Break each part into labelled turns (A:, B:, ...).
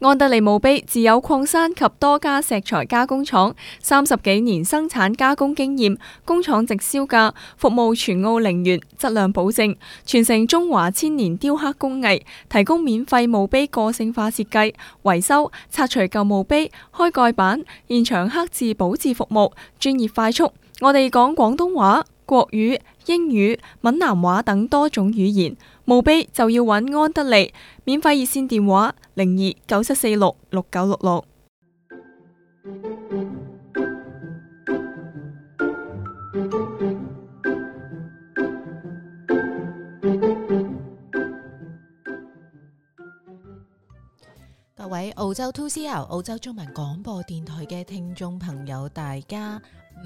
A: 安德利墓碑自有礦山及多家石材加工廠，三十幾年生產加工經驗，工廠直銷價，服務全澳陵園，質量保證，傳承中華千年雕刻工藝，提供免費墓碑個性化設計、維修、拆除舊墓碑、開蓋板、現場刻字保質服務，專業快速。我哋講廣東話、國語、英語、閩南話等多種語言。墓碑就要揾安德利，免費熱線電話零二九七四六六九六六。
B: 各位澳洲 2CR 澳洲中文廣播電台嘅聽眾朋友，大家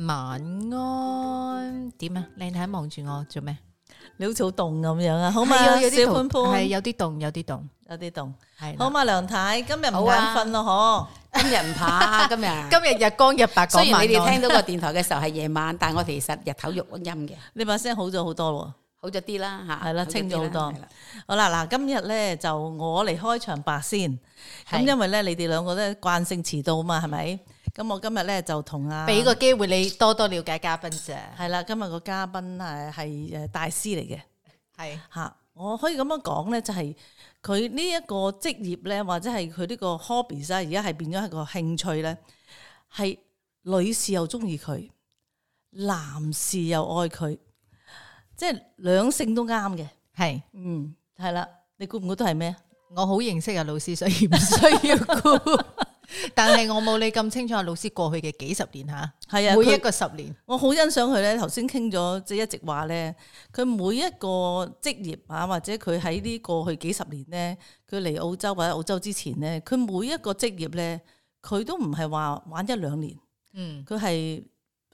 B: 晚安。點啊？靚太望住我做咩？
C: 你好似好凍咁樣啊，好嘛
B: 係啊，有啲
C: 小
B: 凍
C: 潘潘
B: 係有啲凍，有啲凍，
C: 有啲凍，
B: 係
C: 好
B: 啦。
C: 嘛梁太，今日唔
D: 好
C: 眼
D: 啊
C: 瞓咯
D: 今日唔 怕，今日。
B: 今日日光日白
D: 雖
B: 講
D: 然
B: 晚
D: 你哋
B: 安
D: 聽，到個電台嘅時候係夜晚，但我其實日頭錄音嘅
C: 嗬，，你把聲好咗好多
D: 好咗啲啦吓，
C: 係啦
D: 好啲
C: 清咗好多
D: 啦係啦
C: 喎。好啦，嗱，今日咧就我嚟開場白先，咁
B: 係
C: 因為咧你哋兩個咧慣性遲到嘛，係咪？咁我今日咧就同阿
B: 俾個機會你多多了解嘉賓啫。
C: 係啦，今日個嘉賓誒係誒大師嚟嘅。
B: 係
C: 吓，我可以咁樣講咧，就係佢呢一個職業咧，或者係佢呢個 hobbies 啊啦，而家係變咗一個興趣咧，係女士又中意佢，男士又愛佢，即係兩性都啱嘅。
B: 係，
C: 嗯，係啦，你估唔估到係咩？
B: 我好認識啊老師，所以 唔需要估。但係我冇你咁清楚啊老師過去嘅幾十年吓，
C: 係啊，
B: 每一
C: 佢
B: 個十年
C: 我好欣賞佢咧。頭先傾咗，即係一直話咧，佢每一個職業啊，或者佢喺呢過去幾十年咧，佢嚟澳洲或者澳洲之前咧，佢每一個職業咧，佢都唔係話玩一兩年，
B: 嗯，
C: 佢係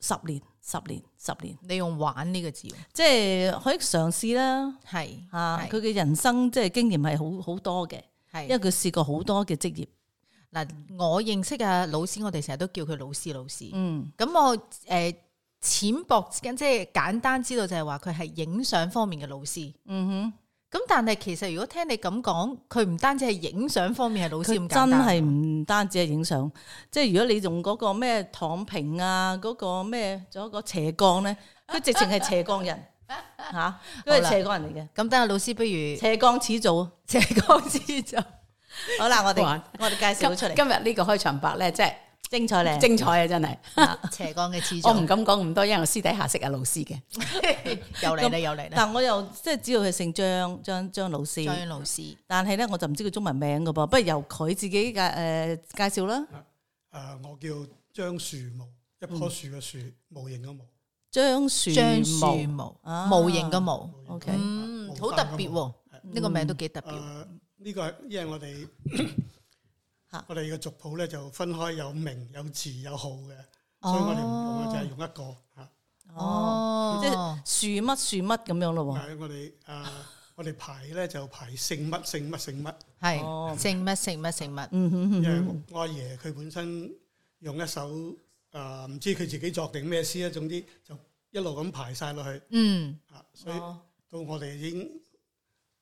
C: 十年、十年、十年，
B: 你用玩呢個字
C: 即係可以嘗試啦。
B: 係
C: 啊，
B: 係
C: 佢嘅人生即係經驗係好好多嘅，
B: 係
C: 因為佢試過好多嘅職業。
B: 嗱，我認識啊老師，我哋成日都叫佢老師老師。
C: 嗯，
B: 咁我誒淺薄之間，即係簡單知道就係話佢係影相方面嘅老師。
C: 嗯
B: 咁但係其實如果聽你咁講，佢唔單止係影相方面係老
C: 哼，
B: 師
C: 佢
B: 咁
C: 真
B: 簡單，啊
C: 係唔單止係影相，即係如果你用嗰個咩躺平啊，嗰、個咩仲有一個斜槓咧，佢直情係斜槓人吓，佢係、斜槓人嚟嘅，
B: 咁等下老師不 如
C: 斜槓始祖。啊
B: 借講先就
C: 好啦，我哋
D: 哇
C: 我哋介紹咗出
D: 今
C: 嚟，
D: 今日呢個開場白咧，真係
C: 精彩咧，
D: 精彩啊！真係，
B: 斜講嘅次序
D: 我唔敢講咁多，因為我私底下識阿老師嘅。
B: 又嚟啦，又嚟啦，
C: 但我又即係知道佢姓張，張張老師。
B: 張老師
C: 但係咧，我就唔知佢中文名噶噃，不如由佢自己介誒、呃介紹啦。
E: 诶、呃我叫張樹毛，一
C: 嗯
E: 棵樹嘅樹，模型嘅模。
C: 張樹
B: 張樹
C: 毛
B: 毛
C: 啊
B: 模型嘅模，
C: ，O K，
B: 嗯，好特別喎，呢個名都幾特
C: 嗯
E: 诶、
B: 別，
E: 呃呢、個係因為我哋
C: 嚇
E: 我哋嘅族譜咧就分開有名、有字、有號嘅，所以我哋唔用嘅就係用一個吓。
C: 哦，
B: 哦，
C: 即係樹乜樹乜咁樣咯哦
E: 但係我哋 诶、啊我哋排咧就排姓乜姓乜姓乜，
C: 哦嗯
B: 係姓乜姓乜姓乜，
E: 因為我阿爺佢本身用一首呃诶唔、知佢自己作定咩詩啦，總之就一路咁排晒落去
B: 嗯，
E: 吓，所
C: 喎。
E: 以
C: 哦，
E: 到我哋已經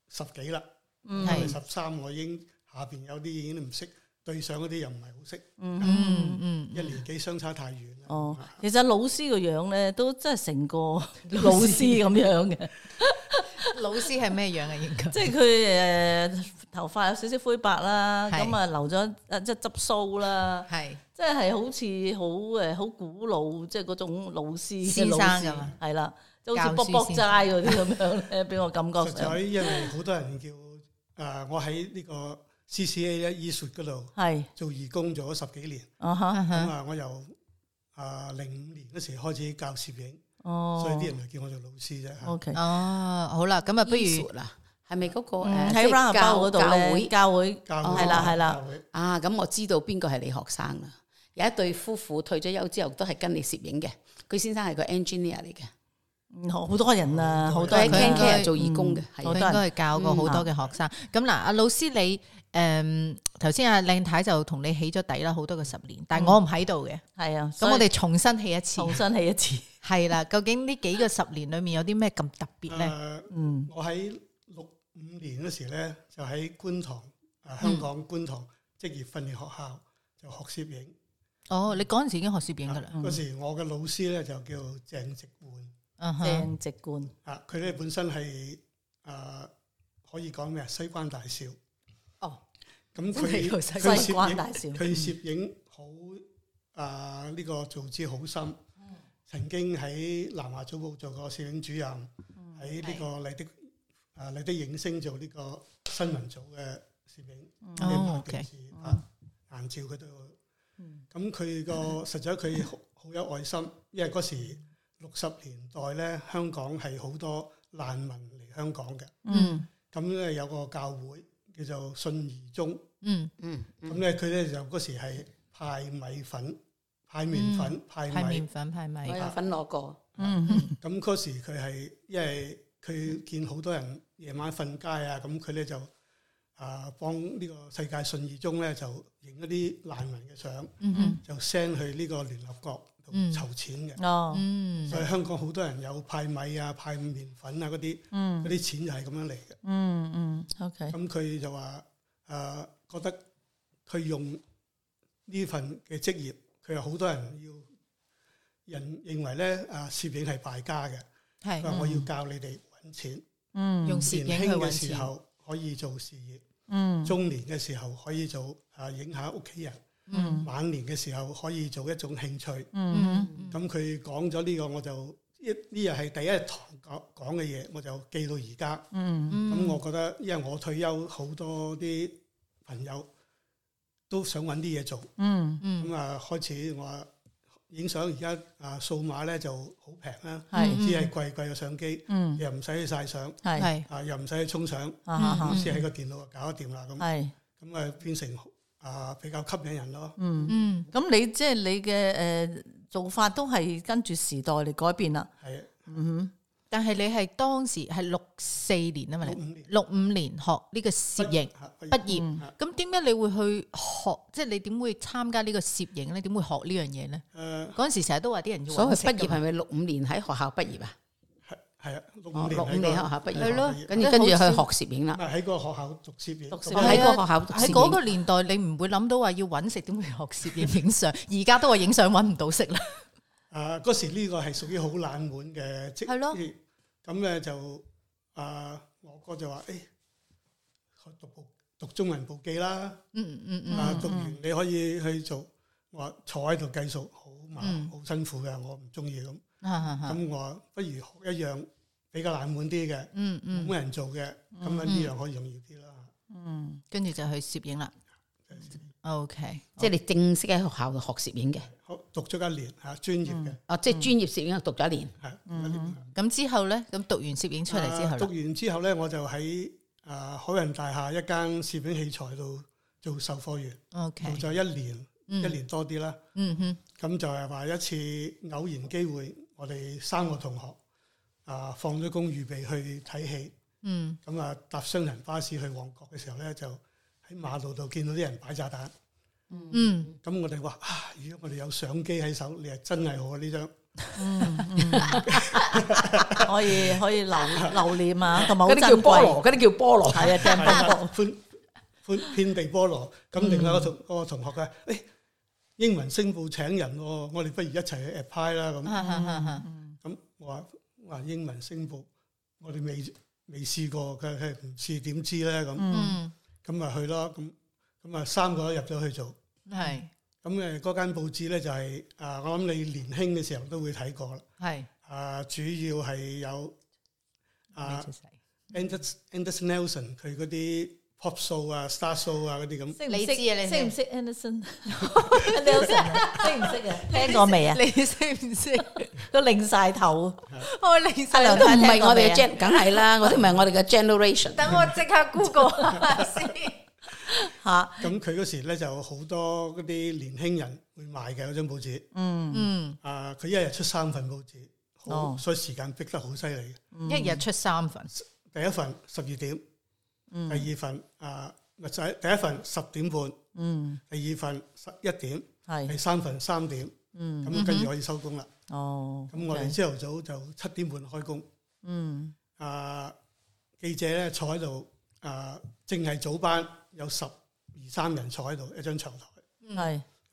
E: 十幾啦。
C: 嗯
B: 係
E: 十三我已經下邊有啲已經唔識，對上嗰啲又唔係好識，
B: 嗯嗯
E: 一年幾相差太遠啦。
C: 哦，其實老師個樣咧都真係成個老師咁樣嘅，
B: 老師係咩樣嘅啊應該？
C: 即係佢誒頭髮有少少灰白啦，
B: 係
C: 咁啊留咗一一執須啦，
B: 係
C: 即係好似好誒好古老，即係嗰種老師嘅
B: 先
C: 老
B: 生
C: 師
B: 咁啊，
C: 係啦，就好似
B: 教
C: 卜
B: 書
C: 卜
B: 先
C: 齋
B: 生
C: 嗰啲咁樣咧， 俾我感覺
E: 實
C: 上
E: 在因為好多人叫誒、呃我喺呢個 CCA 咧醫術嗰度
C: 係
E: 做義工做咗十幾年，
C: 啊哈，
E: 咁啊、我由啊零五年嗰時開始教攝影，
C: 哦，
E: 所以啲人就叫我做老師啫。嚇
C: O K。
B: 哦，好啦，咁啊，不如
D: 啦，係咪嗰個
C: 嗯
D: 誒
C: 喺 round 包嗰度
D: 教
C: 咧，
D: 會
C: 教會
E: 教
D: 哦
E: 會
C: 係啦係啦
E: 教會
D: 啊？咁我知道邊個係你學生啦。有一對夫婦退咗休之後都係跟你攝影嘅，佢先生係個 engineer 嚟嘅，
C: 嗯好多人啊，好
E: 好
C: 多
E: 多
D: 佢喺
C: 人
B: 人佢應
D: Can c a
B: 該
D: r 做義工嘅，係啊
C: 好
B: 我
C: 多
B: 應
C: 人
B: 該係教過好多嘅學生。咁嗱，阿老師你誒頭先阿靚太就同你起咗底啦，好多個十年，但係我唔喺度嘅，
C: 係啊。
B: 咁我哋重新起一次，
C: 重新起一次，
B: 係啦。究竟呢幾個十年裡面有啲咩咁特別咧？
E: 呃
C: 嗯
E: 呃我喺六五年嗰時咧，就喺觀塘，啊、香港觀塘職業訓練學校就學攝影。
B: 哦，你嗰阵時已經學攝影噶啦，
E: 啊
D: 嗯
E: 嗰時我嘅老師咧就叫鄭植焕
B: 嗯哼，
C: 鄭直冠
E: 啊，佢咧本身係啊可以講咩啊西關大少，
D: 哦，
E: 咁
D: 真係
E: 佢
D: 叫西
E: 佢
C: 關
E: 攝影
C: 大少
E: 佢
D: 嗯
E: 攝影好啊呢個做之好深，曾經喺南華早報做過攝影主任，
D: 嗯
E: 喺呢個麗的啊麗的影星做呢個新聞組嘅攝影。
B: 哦嗯
E: 你拍
B: ，OK，
E: 電視拍硬照佢都，咁佢個實在佢好好有愛心，因為嗰時六十年代咧，香港係好多難民嚟香港嘅，
B: 嗯
E: 咁咧有個教會叫做信義宗，
B: 嗯，
D: 嗯，嗯
E: 咁咧佢咧就嗰時係派米粉、派麵粉、派
B: 嗯派
E: 米
B: 麵，粉派米，
D: 我有份攞過，
B: 嗯
E: 咁嗰時佢係因為佢見好多人夜晚瞓街啊，咁佢咧就。啊，幫呢個世界信義宗咧就影一啲難民嘅相，
B: 嗯
E: 就 send 去呢個聯合國度
B: 嗯
E: 籌錢嘅。
C: 哦，
B: 嗯
E: 所以香港好多人有派米啊、派麵粉啊嗰啲，
C: 嗯
E: 嗰啲錢就係咁樣嚟嘅。
C: 嗯嗯，OK，
E: 咁佢就話誒、呃、覺得佢用呢份嘅職業，佢有好多人要人認為咧啊攝影係敗家嘅，佢話
B: 係
E: 我要教你哋揾錢，
C: 嗯
B: 用攝影
E: 年
B: 去
E: 輕嘅
B: 揾
E: 時
B: 錢，
E: 候可以做事業，
C: 嗯
E: 中年嘅時候可以做啊影下屋企人，
B: 嗯
E: 晚年嘅時候可以做一種興趣。
C: 嗯
B: 嗯
E: 咁佢講咗呢個，我就一呢日係第一堂講講嘅嘢，我就記到而家。
C: 嗯
E: 咁、
B: 嗯，
E: 我覺得，因為我退休好多啲朋友都想揾啲嘢做，咁、
C: 嗯，
B: 嗯
E: 啊開始我話影相而家啊數碼咧就好平啦，
C: 係
E: 只係貴貴嘅相機，
C: 嗯
E: 又唔使去晒相，
C: 係
B: 係
E: 啊又唔使去沖相，
C: 啊哈哈
B: 嗯
E: 只喺個電腦就搞得掂啦。咁
C: 係
E: 咁啊變成啊比較吸引人咯。
C: 嗯。
B: 嗯
C: 咁你即係你嘅诶做法都係跟住時代嚟改變啦。
E: 係
C: 嗯
B: 但係你係當時係六四年啊嘛，
E: 六
B: 你
E: 五年
B: 六五年學呢個攝影
E: 啊
B: 畢業，
C: 嗯
B: 咁點解你會去學？即係你點會參加呢個攝影咧？點會學呢樣嘢咧？
E: 誒
B: 嗰阵时成日都話啲人要
D: 所謂
B: 揾食
D: 畢業
B: 㗎嘛
D: 係咪六五年喺學校畢業啊？
E: 係係啊六
D: 哦
E: 五年
D: 六五
E: 喺
D: 年
E: 個啊
D: 喺學校畢業，
E: 喺學校畢業
D: 跟住跟住去學攝影啦，
E: 啊喺個學校讀攝影，
D: 讀攝
C: Ờ,
E: 咁
D: 影
E: 啊
B: 係
D: 喺
B: 啊
D: 個學校讀攝
B: 喺
D: 影
B: 嗰個年代，你唔會諗到話要揾食，點會學攝影影 相？而家都話影相揾唔到食啦。
E: 啊嗰時呢個係屬於好冷門嘅職
B: 係咯
E: 業，咁咧就啊我哥就話：，誒、去讀部讀中文簿記啦，
B: 嗯嗯
E: 啊
B: 嗯
E: 讀完你可以去做。我話坐喺度計數好麻
B: 嗯
E: 好辛苦嘅，我唔中意咁。
B: 啊啊啊
E: 咁我話不如學一樣比較冷門啲嘅，
B: 嗯
E: 冇
B: 嗯，
E: 人做嘅，咁樣呢樣可以容易啲啦。
C: 嗯
B: 跟住就去攝影啦。OK，
D: 即係你正式喺學校度學攝影嘅，
E: 學讀咗一年嚇專業嘅，
B: 嗯
D: 哦，即係專業攝影讀咗一年，
E: 係讀一年
B: 咁之後咧，咁讀完攝影出嚟之後
E: 啊讀
B: 啦，
E: 完之後咧，我就喺啊海洋大廈一間攝影器材度做售貨員，做
B: OK，
E: 咗一年
B: 嗯
E: 一年多啲啦。
B: 嗯哼，
E: 咁就係話一次偶然機會，我哋三個同學啊放咗工預備去睇戲，
B: 嗯
E: 咁啊搭雙人巴士去旺角嘅時候咧，就喺馬路度見到啲人擺炸彈。
B: 嗯。
E: 咁我哋話啊，如果我哋有相機喺手，你係真係好啊呢張。
C: 可以可以留留念啊，同埋好
D: 嗰
C: 珍
D: 啲叫菠
C: 貴。
D: 蘿，嗰啲叫菠蘿。
C: 係啊，掟菠 蘿。
E: 歡歡遍地菠蘿。咁另外一個同個同學嘅，誒英文聲部請人喎，我哋不如一齊去 apply 啦咁。
B: 哈
C: 啊
B: 哈哈哈
E: 咁我話話英文聲部，我哋未未試過，佢佢唔試點知咧咁。
B: 嗯，
E: 咁咪去咯，咁咁啊三個都入咗去做。
B: 係
E: 咁誒嗰間報紙咧就係、啊，我諗你年輕嘅時候都會睇過啦。
B: 係
E: 啊，主要係有啊
B: 未出世
E: Anders Anders Nelson 佢嗰啲 pop show 啊、star show 啊嗰啲咁。
C: 識唔
B: 你知啊你
C: 識唔識 Anderson？你 à? 有識啊識唔識啊？聽過未啊？
B: 你識唔識？
C: 都擰晒頭。
B: 我你細
D: 都
B: 路
D: 唔係我哋嘅 gen，梗係啦，嗰啲唔係我哋嘅 generation。
B: 等我即刻 Google 下先。
C: 吓，
E: 咁佢嗰時咧就好多嗰啲年輕人會買嘅嗰張報紙，
C: 嗯
B: 嗯，
E: 啊，佢一日出三份報紙，好、
C: 哦
E: 所以時間逼得好犀利。
B: 嗯一日出三份，
E: 第一份十二點，第二份啊，咪就係第一份十點半，
C: 嗯，
E: 第二份十一點，第
C: 係，
E: 三份三點，
C: 嗯，
E: 咁跟住可以收工啦。
C: 哦，
E: 咁我哋朝頭早就七點半開工，
C: 嗯
E: 啊，記者咧坐喺度啊，正係早班有十二三人坐喺度一張長台，
C: 系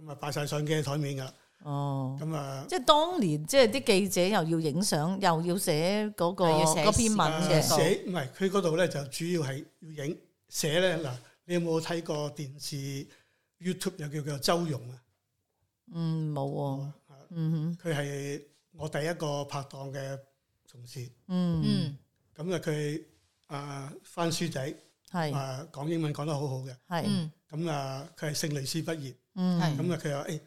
E: 咁啊擺晒相機喺台面噶啦，
C: 哦。
E: 咁啊
C: 即係當年，即係啲記者又要影相，又要寫嗰、個
B: 又要寫
C: 嗰篇文
E: 啊
C: 嘅。
E: 寫唔係佢嗰度咧就主要係要影寫咧嗱，你有冇睇過電視 YouTube 又叫叫周容啊？
C: 嗯，冇喎。嗯
E: 佢係我第一個拍檔嘅同事，
C: 哼嗯，
B: 嗯，
E: 咁啊佢啊翻書仔
C: 係
E: 啊講英文講得好好嘅，
C: 係
B: 嗯，
E: 咁啊佢係聖利斯畢業，
C: 嗯
B: 係
E: 咁啊佢話誒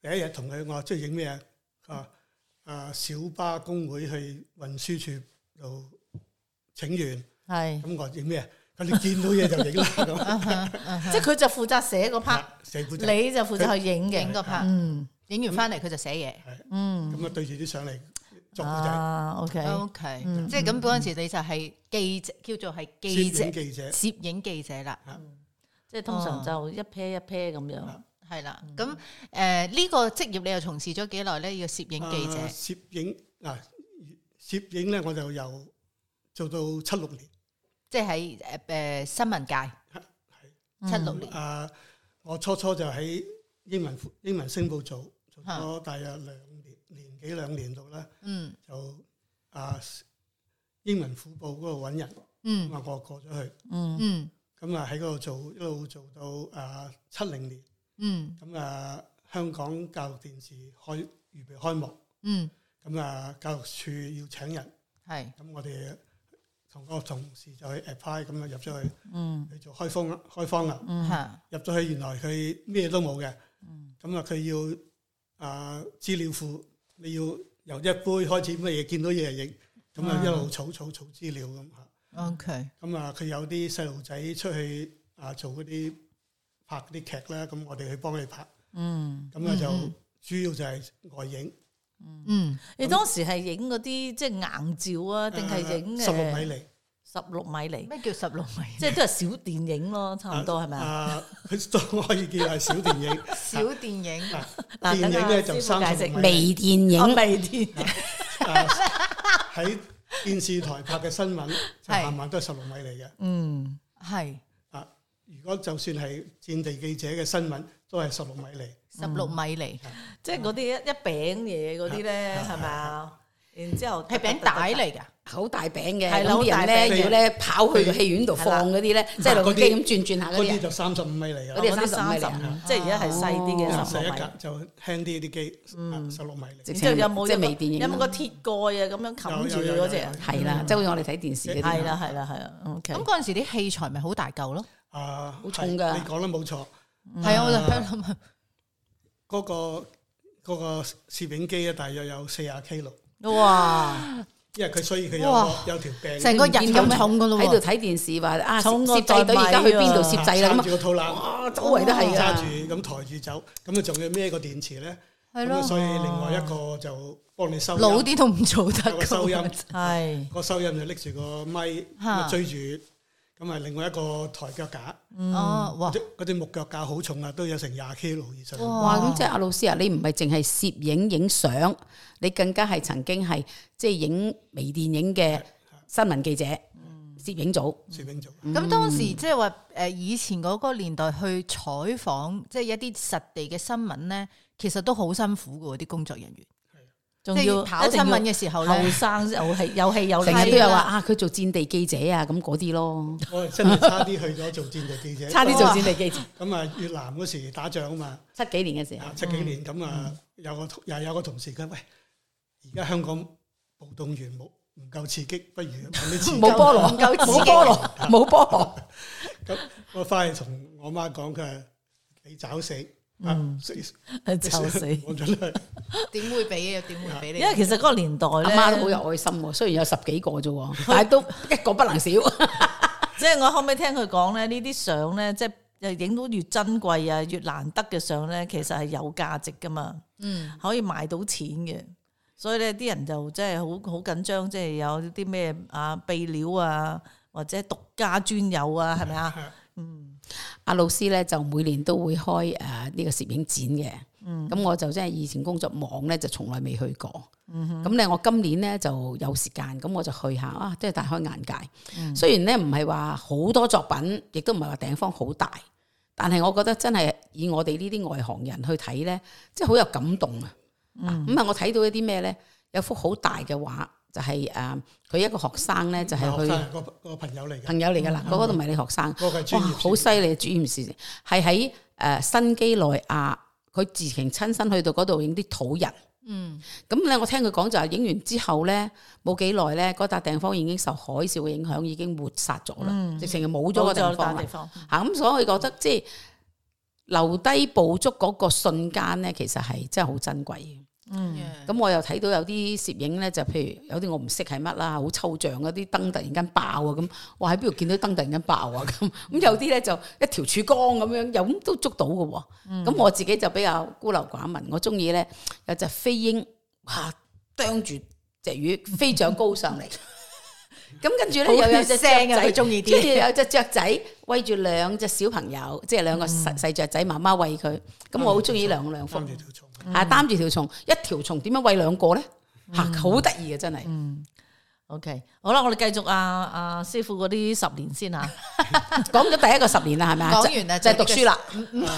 E: 第一日同佢我話中意影咩啊？佢話啊小巴工會去運輸處度請願，
C: 係，
E: 咁我話影咩啊？佢話你見到嘢就影啦咁，
B: 啊
C: 即係佢就負責寫嗰 part，
E: 啊寫故仔。
C: 你就負責去影嘅
B: 影。個拍，
C: 嗯
B: 影完翻嚟佢就寫嘢。
C: 嗯，
E: 咁啊對住啲相嚟作古仔，
C: 啊，OK，
B: O K，
C: 嗯
B: 即係咁嗰陣時，你就係記者，叫做係記
E: 攝
B: 者
E: 影、記者
B: 攝影記者啦，
C: 即係通常
B: 哦
C: 就一 pair 一 pair 咁樣。
B: 係啦。咁誒呢個職業你又從事咗幾耐咧？呢個攝影記者
E: 啊攝影嗱攝影咧，我就由做到七六年，
B: 即係喺誒誒新聞
E: 係
B: 界七六年，
E: 啊，我初初就喺英文英文星報做，做
B: 啊
E: 咗大約兩年年幾兩年度啦，
B: 嗯
E: 就啊英文虎報嗰度揾人，
B: 嗯
E: 咁啊我過咗去，
C: 嗯
B: 嗯
E: 咁啊喺嗰度做一路做到啊七零年，
B: 嗯
E: 咁啊香港教育電視開預備開幕，
B: 嗯，
E: 咁啊教育處要請人。
B: 係
E: 咁我哋同個同事就去 apply 咁啊入咗去
C: 嗯
E: 去做開荒啦，開荒啦，
B: 嚇
E: 入咗去原來佢咩都冇嘅，咁啊佢要啊資料庫，你要由一杯開始乜嘢見到嘢就影，咁啊一路儲儲儲資料咁嚇，
B: O K，
E: 咁啊佢有啲細路仔出去啊做嗰啲拍嗰啲劇啦，咁我哋去幫佢拍，
C: 嗯，
E: 咁啊就
B: 嗯
E: 主要就係外影，
B: 嗯
C: 你當時係影嗰啲即係硬照啊，定係影
E: 十六米
C: 厘？
E: 嚟。
C: 十六米厘，
B: 咩叫十六米？
C: 即係都係小電影咯，差唔多係咪啊？
E: 啊？ 佢都可以叫係小電影。
B: 小電影
E: 嗱，
C: 嗱
E: 電影咧就
C: 等下
E: 三十
C: 師傅解釋
E: 米
D: 微電
C: 我
D: 影
C: 未電
E: 啊喺電視台拍嘅新聞，就
B: 係
E: 慢慢都係十六米嚟嘅。
C: 嗯，
B: 係
E: 啊，如果就算係戰地記者嘅新聞，都係十六米嚟。
B: 十六米嚟，
C: 嗯即係嗰啲一一餅嘢嗰啲咧，係咪啊？然之後
B: 係餅帶嚟㗎。
D: 好大餅嘅，
B: 係啦
D: 咁啲
B: 好大
D: 人咧
E: 餅嘅
D: 要咧跑去個戲院度放嗰啲咧，即係
E: 嗱
D: 落
E: 嗰
D: 個
E: 啲
D: 機咁轉轉下嗰
E: 嗰
D: 啲
E: 啲
D: 啊。
E: 就三十五米嚟
D: 嗰
E: 啦
D: 啲。
C: 嗰啲
D: 35
C: 三
D: 米
C: 十
D: 嚟
C: 五
D: 啊，
C: 即係而家係細啲
E: 啊
C: 嘅十
E: 細
C: 六
E: 一
C: 米嗯
E: 格。就輕啲啲機，啊十六米嚟。
D: 直
C: 然之後
D: 情
C: 有冇
D: 即係
C: 一個
D: 微電影
C: 有
D: 咯
C: 冇個鐵蓋啊咁樣冚住
E: 有
C: 佢
E: 有
C: 嗰只？
E: 有有
D: 係啦，即係好似我哋睇電視嗰啲。啊
C: 係啦，係啦，係啦。OK，
B: 咁嗰陣時啲器材咪好大嚿咯，
E: 啊，
D: 好重㗎
E: 係你講得冇錯，
B: 係啊，我就喺度諗，
E: 嗰個嗰個攝影機咧，大約有四廿 K 六，
C: 哇！
E: 因為佢所以佢有
B: 哇
E: 個有條啊柄，
B: 成個人咁重㗎咯
D: 喺度
B: 喎，
D: 睇電視話啊，
C: 重過
D: 攝製隊而家去邊度攝
E: 啊
D: 製啦咁
E: 撐
D: 啊
E: 住個肚腩。
D: 哇，周圍都係
E: 揸
D: 啊。
E: 住咁抬住走，咁啊仲要孭個電池咧，
B: 係
E: 咁啊
B: 咯，
E: 所以另外一個就幫你收音
B: 老啲都唔做得
D: 啊
E: 有個收音
B: 㗎，
C: 係
E: 個收音就拎住個咪咁
B: 嚇
E: 啊追住，咁啊另外一個抬腳架，
B: 哦，哇
E: 嗰！啲嗰啲木腳架好重啊，都有成廿 kilo 以上。
D: 哇！咁即係阿老師啊，你唔係淨係攝影影相，你更加係曾經係即係影微電影嘅新聞記者、攝影組。嗯
E: 攝影組
B: 咁當時即係話誒，以前嗰個年代去採訪，即係一啲實地嘅新聞咧，其實都好辛苦嘅喎，啲工作人員，
C: 仲
B: 即係
C: 要
B: 跑新聞嘅時候
C: 後
B: 咧，
C: 生有氣有氣有力
D: 成日都有話
B: 啦
D: 啊，佢做戰地記者啊，咁嗰啲咯，
E: 我真係差啲去咗做戰地記者，
D: 差啲做戰地記者，
E: 咁啊越南嗰時打仗啊嘛，
D: 七幾年嘅時候
E: 啊，七幾年咁啊有個同又有個同事佢話喂，而家香港暴動員冇唔夠刺激，不如揾啲刺激
D: 冇菠蘿，
B: 唔夠刺激
D: 冇菠蘿，冇菠蘿，
E: 我翻去同我媽講，佢話你找死，啊，死
C: 臭 死。
E: 我咗佢，
B: 點會俾啊點會俾你？
C: 因為其實嗰個年代
D: 阿
C: 咧，
D: 媽都好有愛心喎。雖然有十幾個啫喎， 但係都一個不能少。
C: 即係我後尾聽佢講咧，呢啲相咧，即係又影到越珍貴啊，越難得嘅相咧，其實係有價值噶嘛，
B: 嗯，
C: 可以賣到錢嘅。所以咧，啲人就真係好好緊張，即係有啲咩啊秘料啊，或者獨家專有啊，係咪啊？
D: 阿老師咧就每年都會開誒呢個攝影展嘅，咁、我就真係以前工作忙咧就從來未去過，咁咧、我今年咧就有時間，咁我就去下啊，即係大開眼界。雖然咧唔係話好多作品，亦都唔係話頂方好大，但係我覺得真係以我哋呢啲外行人去睇咧，即係好有感動啊！
C: 嗯
D: 啊咁啊，我睇到一啲咩咧？有幅好大嘅畫，就係誒佢一個學生咧，就係
E: 學
D: 佢
E: 生個個朋友嚟嘅，
D: 朋友嚟㗎啦，嗰個都唔係你學生。
E: 嗰個係
D: 哇，
E: 專業
D: 好犀利！主要事係喺誒新幾內亞，佢自行親身去到嗰度影啲土人。
B: 嗯，
D: 咁咧，我聽佢講就係影完之後咧，冇幾耐咧，嗰笪地方已經受海嘯嘅影響，已經抹殺咗啦，直情係冇咗個地方啦
C: 地。方，啊
D: 嚇咁、所以覺得即係留低捕捉嗰個瞬間咧，其實係真係好珍貴嘅。
C: 嗯，
D: 咁我又睇到有啲攝影咧，就譬如有啲我唔識係乜啦，好抽象嗰啲燈突然間爆啊咁，我喺邊度見到燈突然間爆啊
B: 嗯
D: 咁，咁有啲咧就一條柱光咁樣，又咁都捉到嘅喎。咁、
B: 嗯
D: 我自己就比較孤陋寡聞，我中意咧有隻飛鷹哇，啄住隻魚飛上高上嚟。 咁跟住咧
B: 好
D: 又有
B: 血
D: 隻
B: 腥啊
D: 雀
B: 佢中意啲
D: 跟住有隻雀仔喂住兩隻小朋友，即係兩個
B: 嗯
D: 細細雀仔媽媽喂佢。咁我好中意兩兩幅
E: 三。條條蟲。
D: 啊，擔住條蟲，一條蟲點樣喂兩個咧？嚇，好得意嘅啊真係。
C: 嗯 OK，好啦，我哋繼續啊啊師傅嗰啲十年先啊，
D: 講咗第一個十年啦，係咪啊？
B: 講完啦
D: 就就係
B: 就
D: 讀書啦。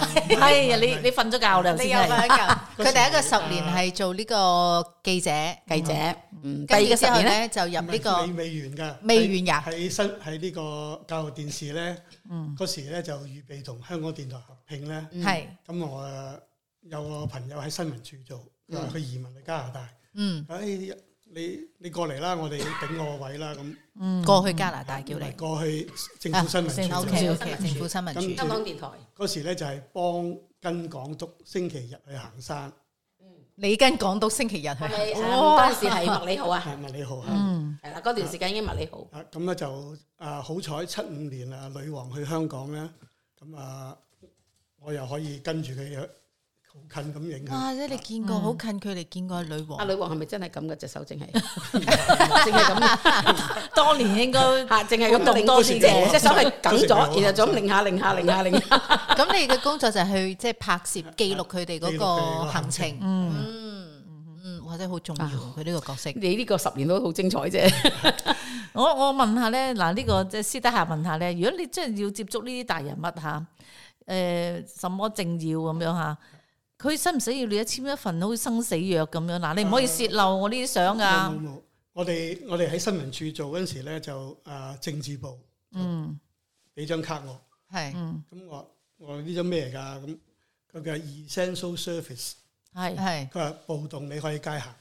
C: 係啊，你你瞓咗覺啦，頭
B: 你
C: 先
B: 有
C: 係
B: 份噶。佢第一個十年係做呢個記者，
D: 繼者，嗯，第
B: 跟
D: 二
B: 住
D: 個
B: 之
D: 十
B: 後
D: 年咧，
B: 咧就入呢個
E: 未未完㗎，
B: 未完㗎
E: 喺新喺呢個教育電視咧，嗰時咧就預備同香港電台合併咧。
B: 係，
E: 咁我呃有個朋友喺新聞處做，佢話佢移民去加拿大。
B: 嗯，
E: 唉，你你過嚟啦，我哋頂我個位啦。咁
B: 過去加拿大叫
E: 同埋
B: 你啊
E: 過去政府新聞處
B: O
E: 做。
B: K O K，政府新聞
E: 咁
B: 處
D: 香港電台
E: 嗰時咧就係幫跟港督星期日去行山，
B: 你跟港督星期日去
D: 係咪？啊
B: 哇
D: 嗰陣時係麥理浩啊，
E: 係咪你好啊？
B: 嗯
D: 係啦，嗰段時間已經麥理浩。
E: 啊，咁咧就啊好彩七五年啊女王去香港咧，咁啊我又可以跟住佢去好近咁影佢。
B: 哇！即係你見過好近距離見過女
D: 阿
B: 王，
D: 女王係咪真係咁嘅隻手 淨係？淨係 咁
C: 當年應該
D: 嚇，淨係咁
C: 動多啲嘅
D: 隻手係梗
E: 嗰時我
D: 咗，然後就咁擰下擰下擰下擰下。
B: 咁你嘅工作就係去即係拍攝記錄佢哋嗰
E: 記錄佢
B: 個
E: 個
B: 行
E: 行
B: 程
E: 程，
B: 嗯嗯，或者好重要佢呢個角色，
D: 你呢個十年都好精彩啫。
C: 我我問下咧，嗱、呢個即係私底下問下咧，如果你真係要接觸呢啲大人物嚇，誒、什麼政要咁樣嚇，佢使唔使要你一簽一份好似生死約咁樣？嗱、你唔可以泄漏我呢啲相啊
E: 冇！冇冇，我哋我哋喺新聞處做嗰陣時咧就啊政治部
C: 嗯
E: 俾張卡我，
B: 係
C: 嗯，
E: 咁我我話呢張咩嚟㗎？咁佢嘅 essential service，
C: 嗯係
B: 係
E: 佢話暴動你可以街行，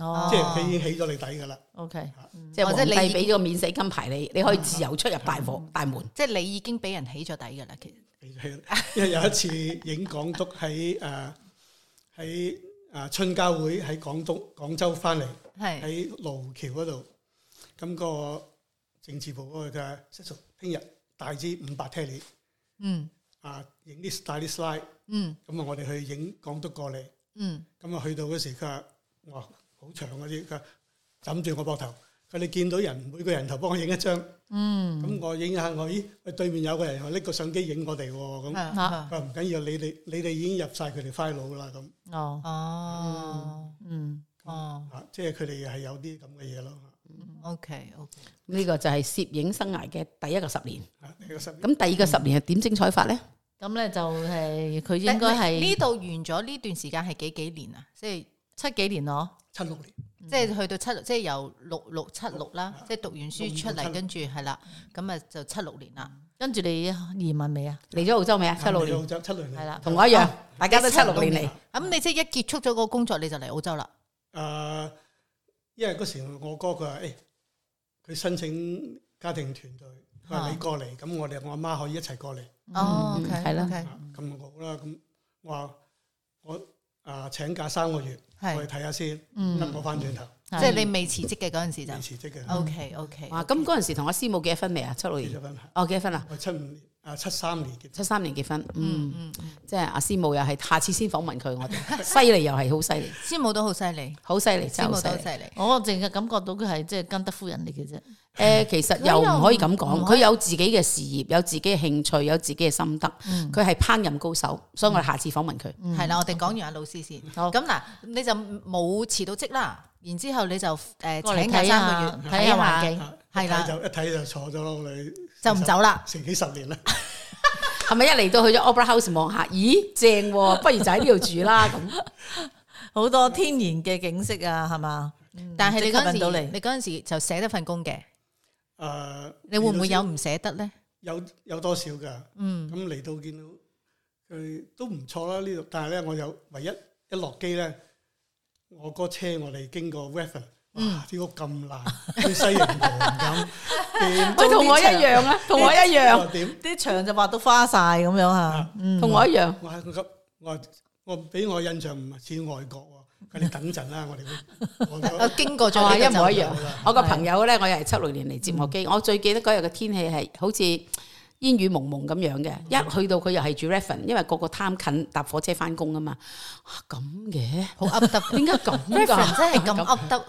C: 哦，
E: 即係佢已經起咗你底㗎啦。
C: OK，
D: 嗯哦即係嗯
B: 或
D: 皇
B: 者你
D: 帝俾咗個免死金牌你，你可以自由出入大房大門。
B: 即係你已經俾人起咗底㗎啦，其實
E: 因為有一次影港督喺誒喺誒春交會喺廣東廣州翻嚟，
B: 係
E: 喺路橋嗰度，咁、個政治部嗰個佢話 s i 聽日帶支五百 t 你
B: 嗯
E: 啊，影啲帶啲 slide，
B: 嗯
E: 咁啊我哋去影港督過嚟，
B: 嗯，
E: 咁啊去到嗰時佢話哇好長嗰啲，佢話枕住我膊頭，佢哋見到人每個人頭幫我影一張，嗯，咁我影下我咦，喂對面有個人又拎個相機影我哋喎，咁。
B: 係
C: 啊
E: 佢話唔緊要，你哋你哋已經入晒佢哋 file 啦，咁
C: 哦，
B: 哦
C: 嗯，
B: 哦
E: 啊，即係佢哋係有啲咁嘅嘢咯。
D: 嗯
B: ，OK OK，
D: 呢個就係攝影生涯嘅第一個十年。
E: 啊，你個身
D: 咁第二個十年係點精彩法咧？
C: 咁咧就係佢應該
B: 但呢
C: 係
B: 度完咗呢段時間係幾幾年啊？即係。
C: 七幾年咯，
E: 七六年，
B: 即
D: 嗯
B: 係去到七六，即係由六六七六啦，即係讀完書出嚟，
E: 六六嗯
B: 跟住係啦，咁啊就七六年啦。
C: 跟住你移民未啊？
D: 嚟咗澳洲未啊？七六
E: 澳
D: 年，
E: 洲七六年
C: 係啦，
D: 同我一樣，大家都七
B: 七
D: 六
B: 六
D: 年嚟。
B: 咁你即係一結束咗個工作，你就嚟澳洲啦。
E: 誒，啊因為嗰時我哥佢話誒，佢申請家庭團隊，佢話
B: 啊
E: 你過嚟，咁我哋我阿媽可以一齊過嚟，
B: 哦
D: 嗯係啦
E: 啊咁好啦。咁我話我啊請假三個月，我
B: 係
E: 去睇下先，
C: 嗯
E: 得我翻轉頭
B: 即係你未辭職嘅嗰陣時就
E: 未辭職嘅，
B: OK OK。
D: 哇！咁嗰陣時同我師母結咗婚未啊？七六
E: 結咗
D: 年，
E: 婚，
D: 哦，結咗婚啦，
E: 我七五年啊七三年結，
D: 七三年結婚。嗯，
B: 嗯，嗯
D: 即係阿師母又係，下次先訪問佢，我哋犀利又係好犀利，
B: 師母都好犀利，
D: 好犀利，真
B: 師
D: 係
B: 母
D: 好犀
B: 都好
D: 利
B: 犀。利。
C: 我淨係感覺到佢係即係根德夫人嚟嘅啫。
D: 誒，其實又唔可以
B: 佢又唔
D: 咁講，
B: 可
D: 佢
B: 以
D: 有自己嘅事業，有自己嘅興趣，有自己嘅心得，佢係烹飪高手，所以我哋下次訪問佢。
B: 係啦，我哋講完阿老師先。咁嗱，你就冇辭到職啦，然之後你就誒
C: 過嚟
B: 請假
C: 睇下
B: 三個月，
C: 睇下環境
E: 啊
B: 係啦
E: 一睇就一睇就坐咗落嚟，
B: 就唔走啦。
E: 成幾十年啦。
D: 係咪一嚟到去咗 Opera House 望下，咦正喎，不如就喺呢度住啦咁。
C: 好多天然嘅景色啊，係嘛？
B: 但係你
C: 即刻
B: 嗰陣
C: 搵到
B: 時，
C: 你
B: 你嗰陣時就捨得份工嘅，
E: 誒，
B: 你會唔會有唔捨得 咧？
E: 有有多少㗎？
B: 嗯
E: 咁嚟到見到佢都唔錯啦呢度，但係咧我有唯一一落機咧，我嗰車我哋經過 w e t h e r 哇啲屋咁爛，好西營盤 咁，點
D: 佢同我一樣啊，同我一樣，
E: 又點？
C: 啲牆就畫到花晒咁樣啊
E: 啊！
C: 嗯
D: 同我一樣。
E: 我係咁，我話我俾我印象唔係似外國喎，佢哋等 陣啦，我哋會我
B: 我
E: 哋
B: 經過咗
D: 我話
B: 呢個
D: 一模一
B: 就
D: 樣。我個朋友咧，我又係嗯七六年嚟接我機，我最記得嗰日嘅天氣係好似煙雨蒙蒙咁樣嘅。一去到佢又係住 Raven，因為個個貪近搭火車翻工啊嘛。啊咁嘅，
B: 好噏得
D: 點解咁
B: reference
D: 㗎？
B: 真係咁噏得，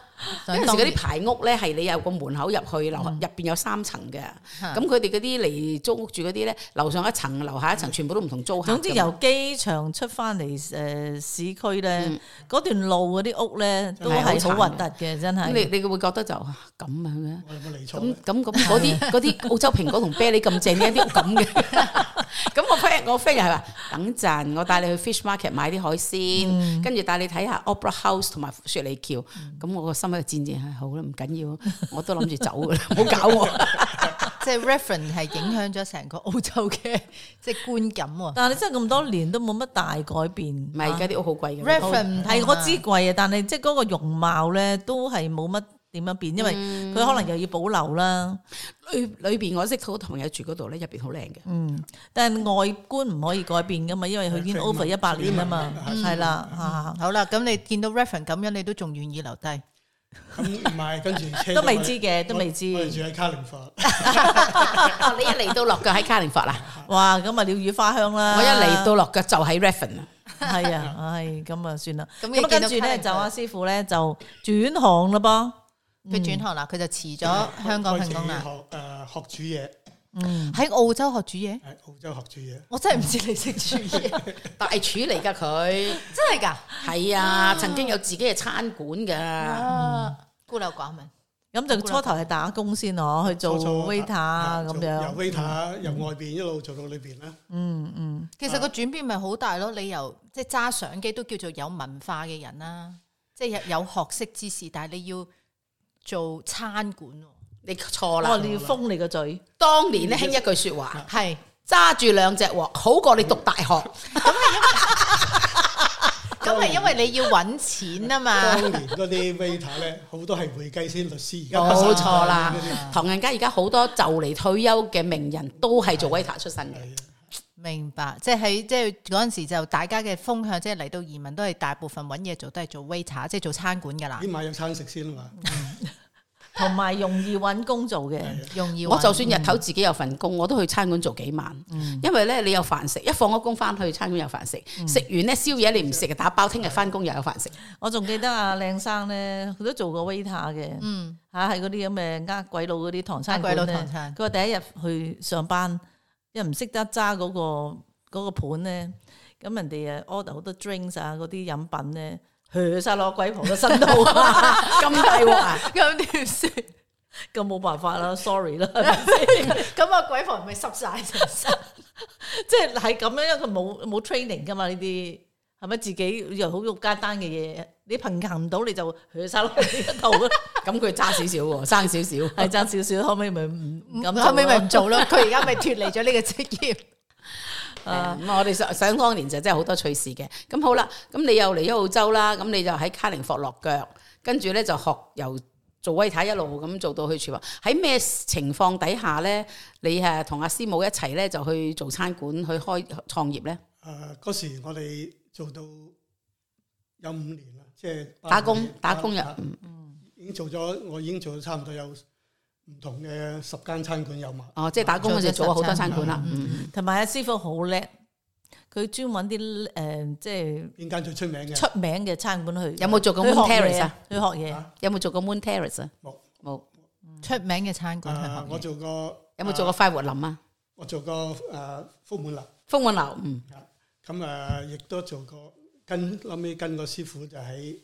D: 有陣時嗰啲排屋咧，係你有個門口入去，樓入邊有三層嘅。咁佢哋嗰啲嚟租屋住嗰啲咧，樓上一層，樓下一層，全部都唔同租客㗎嘛。
C: 總之由機場出翻嚟誒市區咧
D: 嗯，
C: 嗰段路嗰啲屋咧都
D: 係好
C: 係好核啊
D: 慘
C: 突嘅，真
D: 咁你
C: 係。
D: 你會覺得就啊咁樣嘅。
E: 我有冇嚟錯
D: 咁
E: 咧？
D: 咁咁嗰啲嗰啲澳洲蘋果同啤梨咁正，點解啲咁嘅？咁我 friend 我 friend 又係話等陣，我帶你去 fish market 買啲海鮮，跟住帶你睇下 Opera House 同埋雪梨橋。咁我個心喺度戰戰，唉好啦，唔緊要，我都諗住走噶啦，唔好搞我。
B: 即係 reference 係影響咗成個澳洲嘅即係觀感 喎。
C: 但係你真係咁多年都冇乜大改變。
D: 唔係而家啲屋好貴嘅，
B: reference
C: 啊係我知貴啊，但係即係嗰個容貌咧都係冇乜點樣變，因為
D: 嗯
C: 佢可能又要保留啦。
D: 裏裏邊我識好多朋友住嗰度咧，入邊好靚嘅。
C: 嗯，但係外觀唔可以改變噶嘛，因為佢已經
E: 係
C: over 一百年啦啊嘛，
E: 嗯
C: 係啦啊嚇。
B: 好啦，咁你見到 reference 咁樣，你都仲願意留低？
E: 咁唔係跟住車
C: 都未知嘅，都未知。
E: 我哋住喺卡靈佛，
D: 哦，你一嚟到落腳喺卡靈佛啦，
C: 哇，咁啊鳥語花香啦！
D: 我一嚟到落腳就喺 Raven 啦。
C: 係啊，唉，咁啊算啦。
B: 咁
C: 咁
B: 你
C: 啊
B: 見
C: 跟
B: 到
C: 住咧
B: Karen
C: 就阿師傅咧就轉行啦噃。
B: 佢轉行啦，佢就辭咗香港份
C: 啊
B: 工啦，
E: 開始學誒學
B: 喺澳洲學煮嘢
E: 煮嘢，。喺澳洲學煮嘢。
B: 我真係唔知你識煮嘢，
D: 大廚嚟㗎佢，
B: 真係㗎
D: 係啊，曾經有自己嘅餐館㗎。
B: 啊！孤陋寡聞，
C: 咁就初頭係打工先咯，去做
E: 初初
C: waiter
E: 啊
C: 咁
E: 做由
C: 樣。
E: waiter 由外邊一路做到裏邊啦。
C: 嗯嗯，
B: 其實個轉變咪好大咯。你由即係揸相機都叫做有文化嘅人啦，即係有有學識之士，但係你要做餐館喎，
D: 你錯
C: 哦，
D: 啦！
C: 你要封你個嘴。
D: 當年咧興一句说話，
B: 係
D: 揸住兩隻鑊好過你讀大學。
B: 咁係因為你要揾錢啊嘛
E: 當。年嗰啲 waiter 咧，好多係會計師、律師，而家
D: 冇
E: 不
D: 錯
E: 愁
D: 啦
E: 嗰啲，
D: 唐人街而家好多就嚟退休嘅名人都係做 waiter 出身嘅，
E: 係啊
B: 明白，即係喺即係嗰陣時就大家嘅風向，即係嚟到移民都係大部分揾嘢做都係做 waiter，即係做啊餐館㗎啦
E: 起，碼有餐食先啊嘛。
C: 同埋容易揾工做嘅。
E: 係啊
B: 容易揾。
D: 我就算日頭自己有份工，我都去餐館做幾晚，因為咧你有飯食，一放咗工翻去餐館有飯食，食完咧宵夜你唔食打包，聽日翻工又有飯食。
C: 我仲記得阿靚生咧，佢都做過 waiter 嘅。
B: 嗯，
C: 嚇喺嗰啲咁嘅呃鬼佬嗰啲唐餐
B: 呃鬼佬
C: 館咧
B: 唐餐
C: 佢話第一日去上班，因為唔識得揸嗰、個嗰、個盤咧，咁人哋誒 order 好多 drinks 啊，嗰啲飲品咧，去晒落鬼婆嘅身 度，
D: 咁大鑊啊！
B: 咁點算？
C: 咁冇辦法啦 ，sorry 啦，
B: 咁啊鬼房咪濕晒成身。
C: 即係係咁樣，因為佢冇冇 training 噶嘛呢啲。係咪自己又好肉簡單嘅嘢？你平衡唔到你就去晒落呢度啦，
D: 咁佢揸少少喎，生少少。
C: 係爭少少，後尾咪唔唔敢做咯
B: 後尾咪唔做咯，佢而家咪 脱離咗呢個職業。
D: 啊咁我哋想想當年就真係好多趣事嘅。咁好啦，咁你又嚟咗澳洲啦，咁你就喺卡靈霍落腳，跟住咧就學由做威太一路咁做到去廚房。喺咩情況底下咧，你係同阿師母一齊咧就去做餐館去開創業咧？
E: 誒啊嗰時我哋做到有五年啦，即係八
D: 打工
E: 年
D: 打工入，
E: 啊
D: 嗯
E: 已經做咗，我已經做咗差唔多有唔同嘅十間餐館有埋。
D: 哦，即係打工嗰陣做咗好多餐館啦。嗯
C: 同埋阿師傅好叻，佢專揾啲誒即係
E: 邊間最出名嘅？
C: 出名嘅餐館去。
D: 有冇做過
C: 去學
D: Moon
C: 嘢
D: Terrace 啊？
C: 去學嘢
E: 啊
D: 有冇做過 Moon Terrace 啊？
E: 冇
D: 冇。
B: 出名嘅餐館香港，
E: 誒啊我做過
D: 有冇做
E: 過？
D: 過快活林啊？
E: 我做過誒福滿樓，
D: 風雲樓，嗯，
E: 咁誒亦都做過跟後尾跟個師傅就喺誒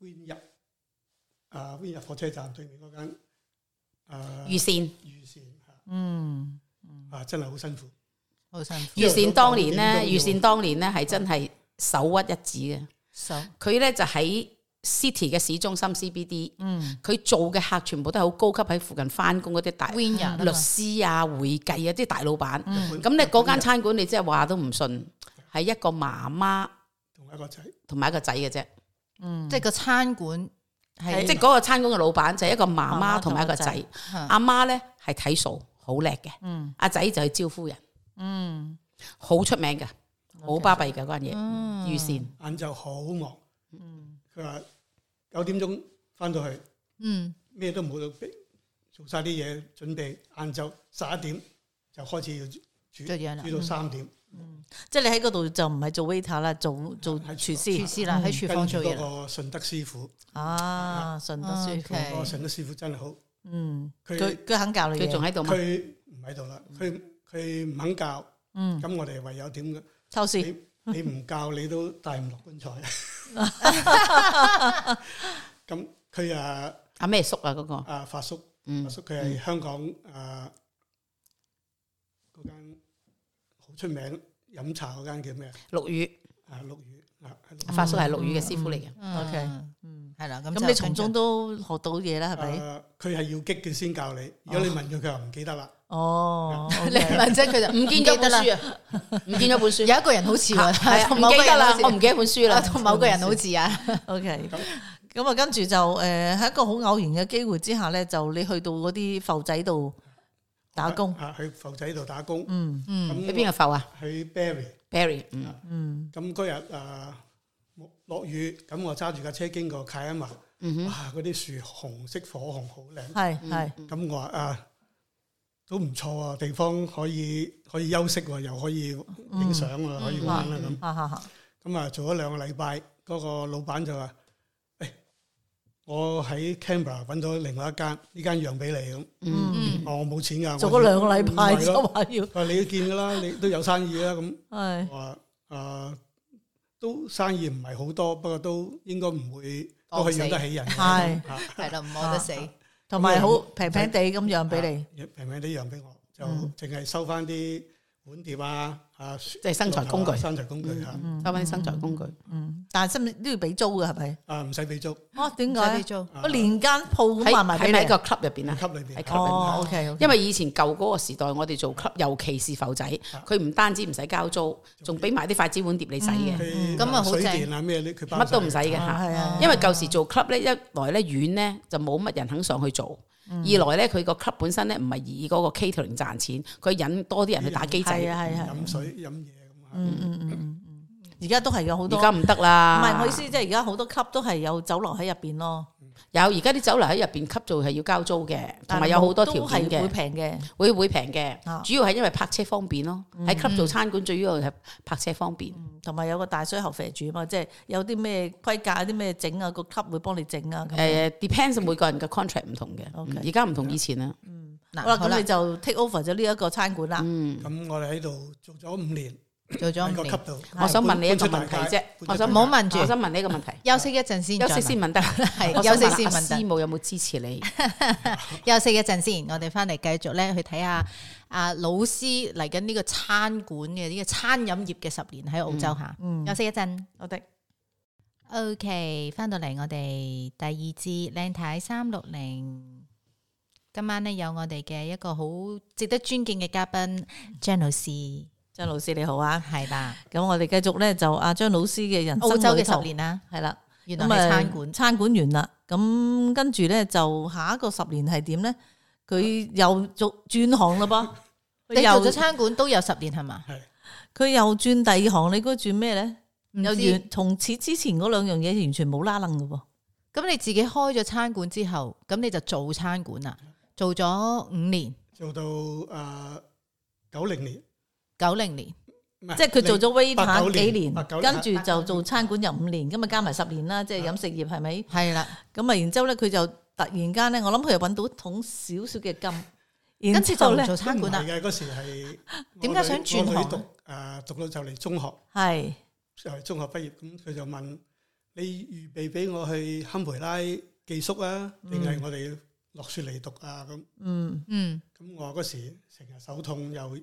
E: Win 入啊 Win 入火車站對面嗰間誒
D: 御膳。
E: 御膳嚇。
C: 嗯，
E: 啊，真係好辛苦。
B: 好辛苦，
D: 預善當年咧，預善當年咧係真係首屈一指嘅。
B: 手
D: 佢咧就喺 City 嘅市中心 CBD，
B: 嗯
D: 佢做嘅客全部都係好高級，喺附近翻工嗰啲大
B: win 人
D: 律師啊、會計啊，即係大老闆。
B: 嗯
D: 咁咧嗰間餐館你真係話都唔信，係一個媽媽
E: 同一個仔，
D: 同埋一個仔嘅啫。
B: 即係個餐館係
D: 即係嗰個餐館嘅老闆就係一個媽媽同埋一個
B: 媽媽
D: 仔。
B: 嚇
D: 阿媽咧係睇數好叻嘅，
B: 嗯
D: 阿仔就係招呼人，
B: 嗯
D: 好出名嘅，好巴閉嘅嗰間嘢。
B: 嗯
D: 預善
E: 晏晝好忙。佢話九點鐘翻到去，
B: 嗯
E: 咩都冇到，做晒啲嘢準備，晏晝十一點就開始要
B: 做嘢啦嗯
E: 煮，煮到三點。
C: 即係你喺嗰度就唔係做 waiter 啦，做做
E: 係
C: 廚
B: 廚
C: 師
B: 師啦喺廚
E: 跟
B: 房
E: 住
B: 做
E: 嗰
B: 嘢啦，
E: 個順德師傅，
C: 啊，順德書
B: OK 係
E: 嗰個順德師傅真係好，
C: 嗯，
E: 佢
C: 佢佢肯教你
D: 佢仲
C: 嘢，
D: 喺度嘛？
E: 佢唔喺度啦，
B: 嗯
E: 佢佢唔肯教，
C: 嗯，
E: 咁我哋唯有 點嘅？
C: 偷師
E: 你你唔教你都帶唔落棺材。咁佢啊
D: 阿咩叔啊嗰個，
E: 啊發叔，
D: 嗯
E: 發，叔佢係香港啊嗰間好出名飲茶嗰間叫咩啊？
D: 陸羽，
E: 啊陸羽啊，喺陸羽
D: 發叔係陸羽嘅師傅嚟嘅。
B: 嗯
C: OK
B: 嗯係啦，咁
C: 咁
B: 就
C: 你從中
B: 跟住
C: 都學到嘢啦，係咪？
E: 啊佢係要激嘅先教你，如果你問佢，佢話唔記得啦。
C: 哦，
B: 你問真佢就
D: 嗯 唔見咗本
B: 啦，
D: 書啊，唔見咗本書，
B: 有一個人好似
D: 嚇係
B: 喎，
D: 啊
B: 同
D: 唔
B: 某個
D: 記得
B: 人
D: 啦
B: 好，似
D: 我唔記得本書啦嗯
B: 啊。同某個人好似啊，
C: OK，咁啊，跟住就诶喺一個好偶然嘅機會之下咧，就你去到嗰啲埠仔度打工，
E: 啊，去埠仔度打工。
C: 嗯
B: 嗯
D: 喺
E: 咁
D: 邊個埠啊
E: 去 Barry，
D: ？Barry，嗯，
C: 嗯，
E: 咁嗰日啊落落雨，咁我揸住架車經過凱恩華，
D: 嗯哼，嗯
E: 哇！嗰啲樹紅色火紅，好靚。
C: 係
D: Ừ.
B: 嗯
C: 係，
E: 咁我話啊，都唔錯啊，地方可以可以休息喎，又可以
C: 嗯
E: 影相喎，可以玩啦啊咁。
C: 哈哈哈，
E: 咁啊，做咗兩個禮拜，嗰個老闆就話：，誒，我喺 Canberra 揾到另外一間，呢間讓俾你咁。
D: 嗯，
B: 嗯
E: 我冇錢㗎，
C: 做
E: 我
C: 咗兩個禮拜
E: 唔係
C: 就
E: 咯
C: 話要
E: 佢話你都見㗎啦，你都有生意啦咁。
C: 係
E: 我話啊，都生意唔係好多，不過都應該唔會都可以養得起人嘅。
C: 係
E: 啊
B: 係啦，唔餓得死，
C: 同埋好平平地咁讓
E: À.
C: 俾你，
E: 你，平平地讓俾我，就
C: 嗯
E: 淨係收翻啲碗碟啊，啊，即
D: 係生財工具
E: 生財工具嚇，
D: 收翻啲生財工具。
C: 嗯，但係使唔使都要俾租嘅係咪？
E: 啊唔使俾租，
C: 哦，點
B: 唔使俾
C: 解？
B: 租，
E: 啊
C: 我連間鋪咁
D: 喺
C: 賣埋俾
D: 喺咪
C: 你
D: 喺個 club 入邊
E: 喺
D: 啊？
E: 級裏邊
D: 喺級
C: 哦，OK，
D: 因為以前舊嗰個時代，我哋做 club，尤其是埠仔，佢唔單止唔使交租，仲俾埋啲筷子碗碟你洗嘅，
E: 佢
B: 咁啊好
E: 水
B: 正
E: 電啊咩咧，佢包
D: 乜都唔
E: 曬
D: 使嘅
B: 嗯
D: 嚇。
C: 係啊，
D: 因為舊時做 club 咧，一來咧遠咧就冇乜人肯上去做，
C: 嗯
D: 二來咧佢個 club 本身咧唔係以嗰個 catering 賺錢，佢引多啲人去打機仔。
C: 係啊係啊係啊，
E: 飲水飲嘢咁啊。
C: 嗯嗯嗯嗯嗯，而家都係有好
D: 而
C: 多
D: 家。唔得
C: 唔
D: 啦，
C: 係，我意思即係而家好多 club 都係有酒樓喺入邊咯，
D: 有而家啲酒樓喺入邊吸做係要交租嘅，同
C: 但
D: 埋
C: 係
D: 有好多
C: 都
D: 條
C: 係
D: 件嘅
C: 會。平嘅。
D: 會會平嘅
C: 啊，嗯
D: 主要係因為泊車方便咯。喺 club 做餐館最主要係泊車方便。
C: 同埋有個大水喉肥住啊嘛，即係有啲咩規格、有啲咩整啊，個級會幫你整啊咁。
D: 誒 depends 每個人嘅 contract 唔同嘅，嗯
C: OK
D: 而家唔同以前啦。
B: 嗱
C: 好啦，
B: 好
C: 咁
B: 啦
C: 你，就 take over 咗呢一個餐館啦。
D: 嗯，
E: 咁我哋喺度做咗五年，
B: 做咗
E: 喺個
B: 五
E: 級
B: 年，
E: 度。
D: 我想問你一個問題
E: 搬出大
D: 啫
E: 街，
D: 我想
B: 唔好問
D: 我
B: 住，
D: 想問你一個問題，
B: 休息一陣先，
D: 休息先，問 得。
B: 係
D: 我想
B: 休息
D: 問
B: 先
D: 阿
B: 問得
D: 師母有冇支持你？
B: 休息一陣先，我哋翻嚟繼續咧去睇下啊老師嚟緊呢個餐館嘅呢個餐飲業嘅十年喺澳洲吓，
C: 嗯
B: 休息一陣。
C: 我哋
B: OK，翻到嚟我哋第二節靚太三六零，今晚呢，有我哋嘅一個好值得尊敬嘅嘉賓張老師，
C: 張老師你好啊，
B: 係啦，
C: 咁我哋繼續咧就阿張老師嘅人 生
B: 澳洲
C: 旅
B: 嘅
C: 途
B: 十年啦，
C: 係啦，
B: 原來
C: 咁
B: 係
C: 啊
B: 餐館，
C: 餐館完啦，咁跟住咧就下一個十年係點咧？佢又做轉行啦噃，
B: 啊 你
C: 佢又
B: 做咗餐館都有十年係嘛？
E: 係
C: 佢又轉第二行，你估轉咩咧？
B: 唔
C: 又
B: 知
C: 完從此之前嗰兩樣嘢完全冇拉楞嘅喎。
B: 啊咁你自己開咗餐館之後，咁你就做餐館啦，做咗五年，
E: 做到啊九零年，
B: 九零年，
E: 唔係
C: 即係佢做咗 waiter
E: 八九
C: 幾
E: 年
C: 年
E: 八九，年
C: 跟住就做餐館又五年，咁啊加埋十年啦，即
B: 啊
C: 係飲食業係咪？
B: 係啦，
C: 咁啊，然之後咧佢就突然間咧，我諗佢又揾到桶少少嘅金，
B: 跟
C: 然
B: 住
C: 之
B: 就
C: 後
B: 唔
C: 咧
B: 做餐館
E: 唔
B: 啦，
E: 係嘅嗰時係我
C: 點解
E: 女
C: 想轉
E: 我女
C: 行
E: 讀啊，讀到就嚟中學。
C: 係
E: 就係中學畢業，咁佢就問你預備俾我去堪培拉寄宿啊，定係我哋落雪嚟讀啊咁。
C: 嗯，
B: 嗯，
E: 咁我嗰時成日手痛又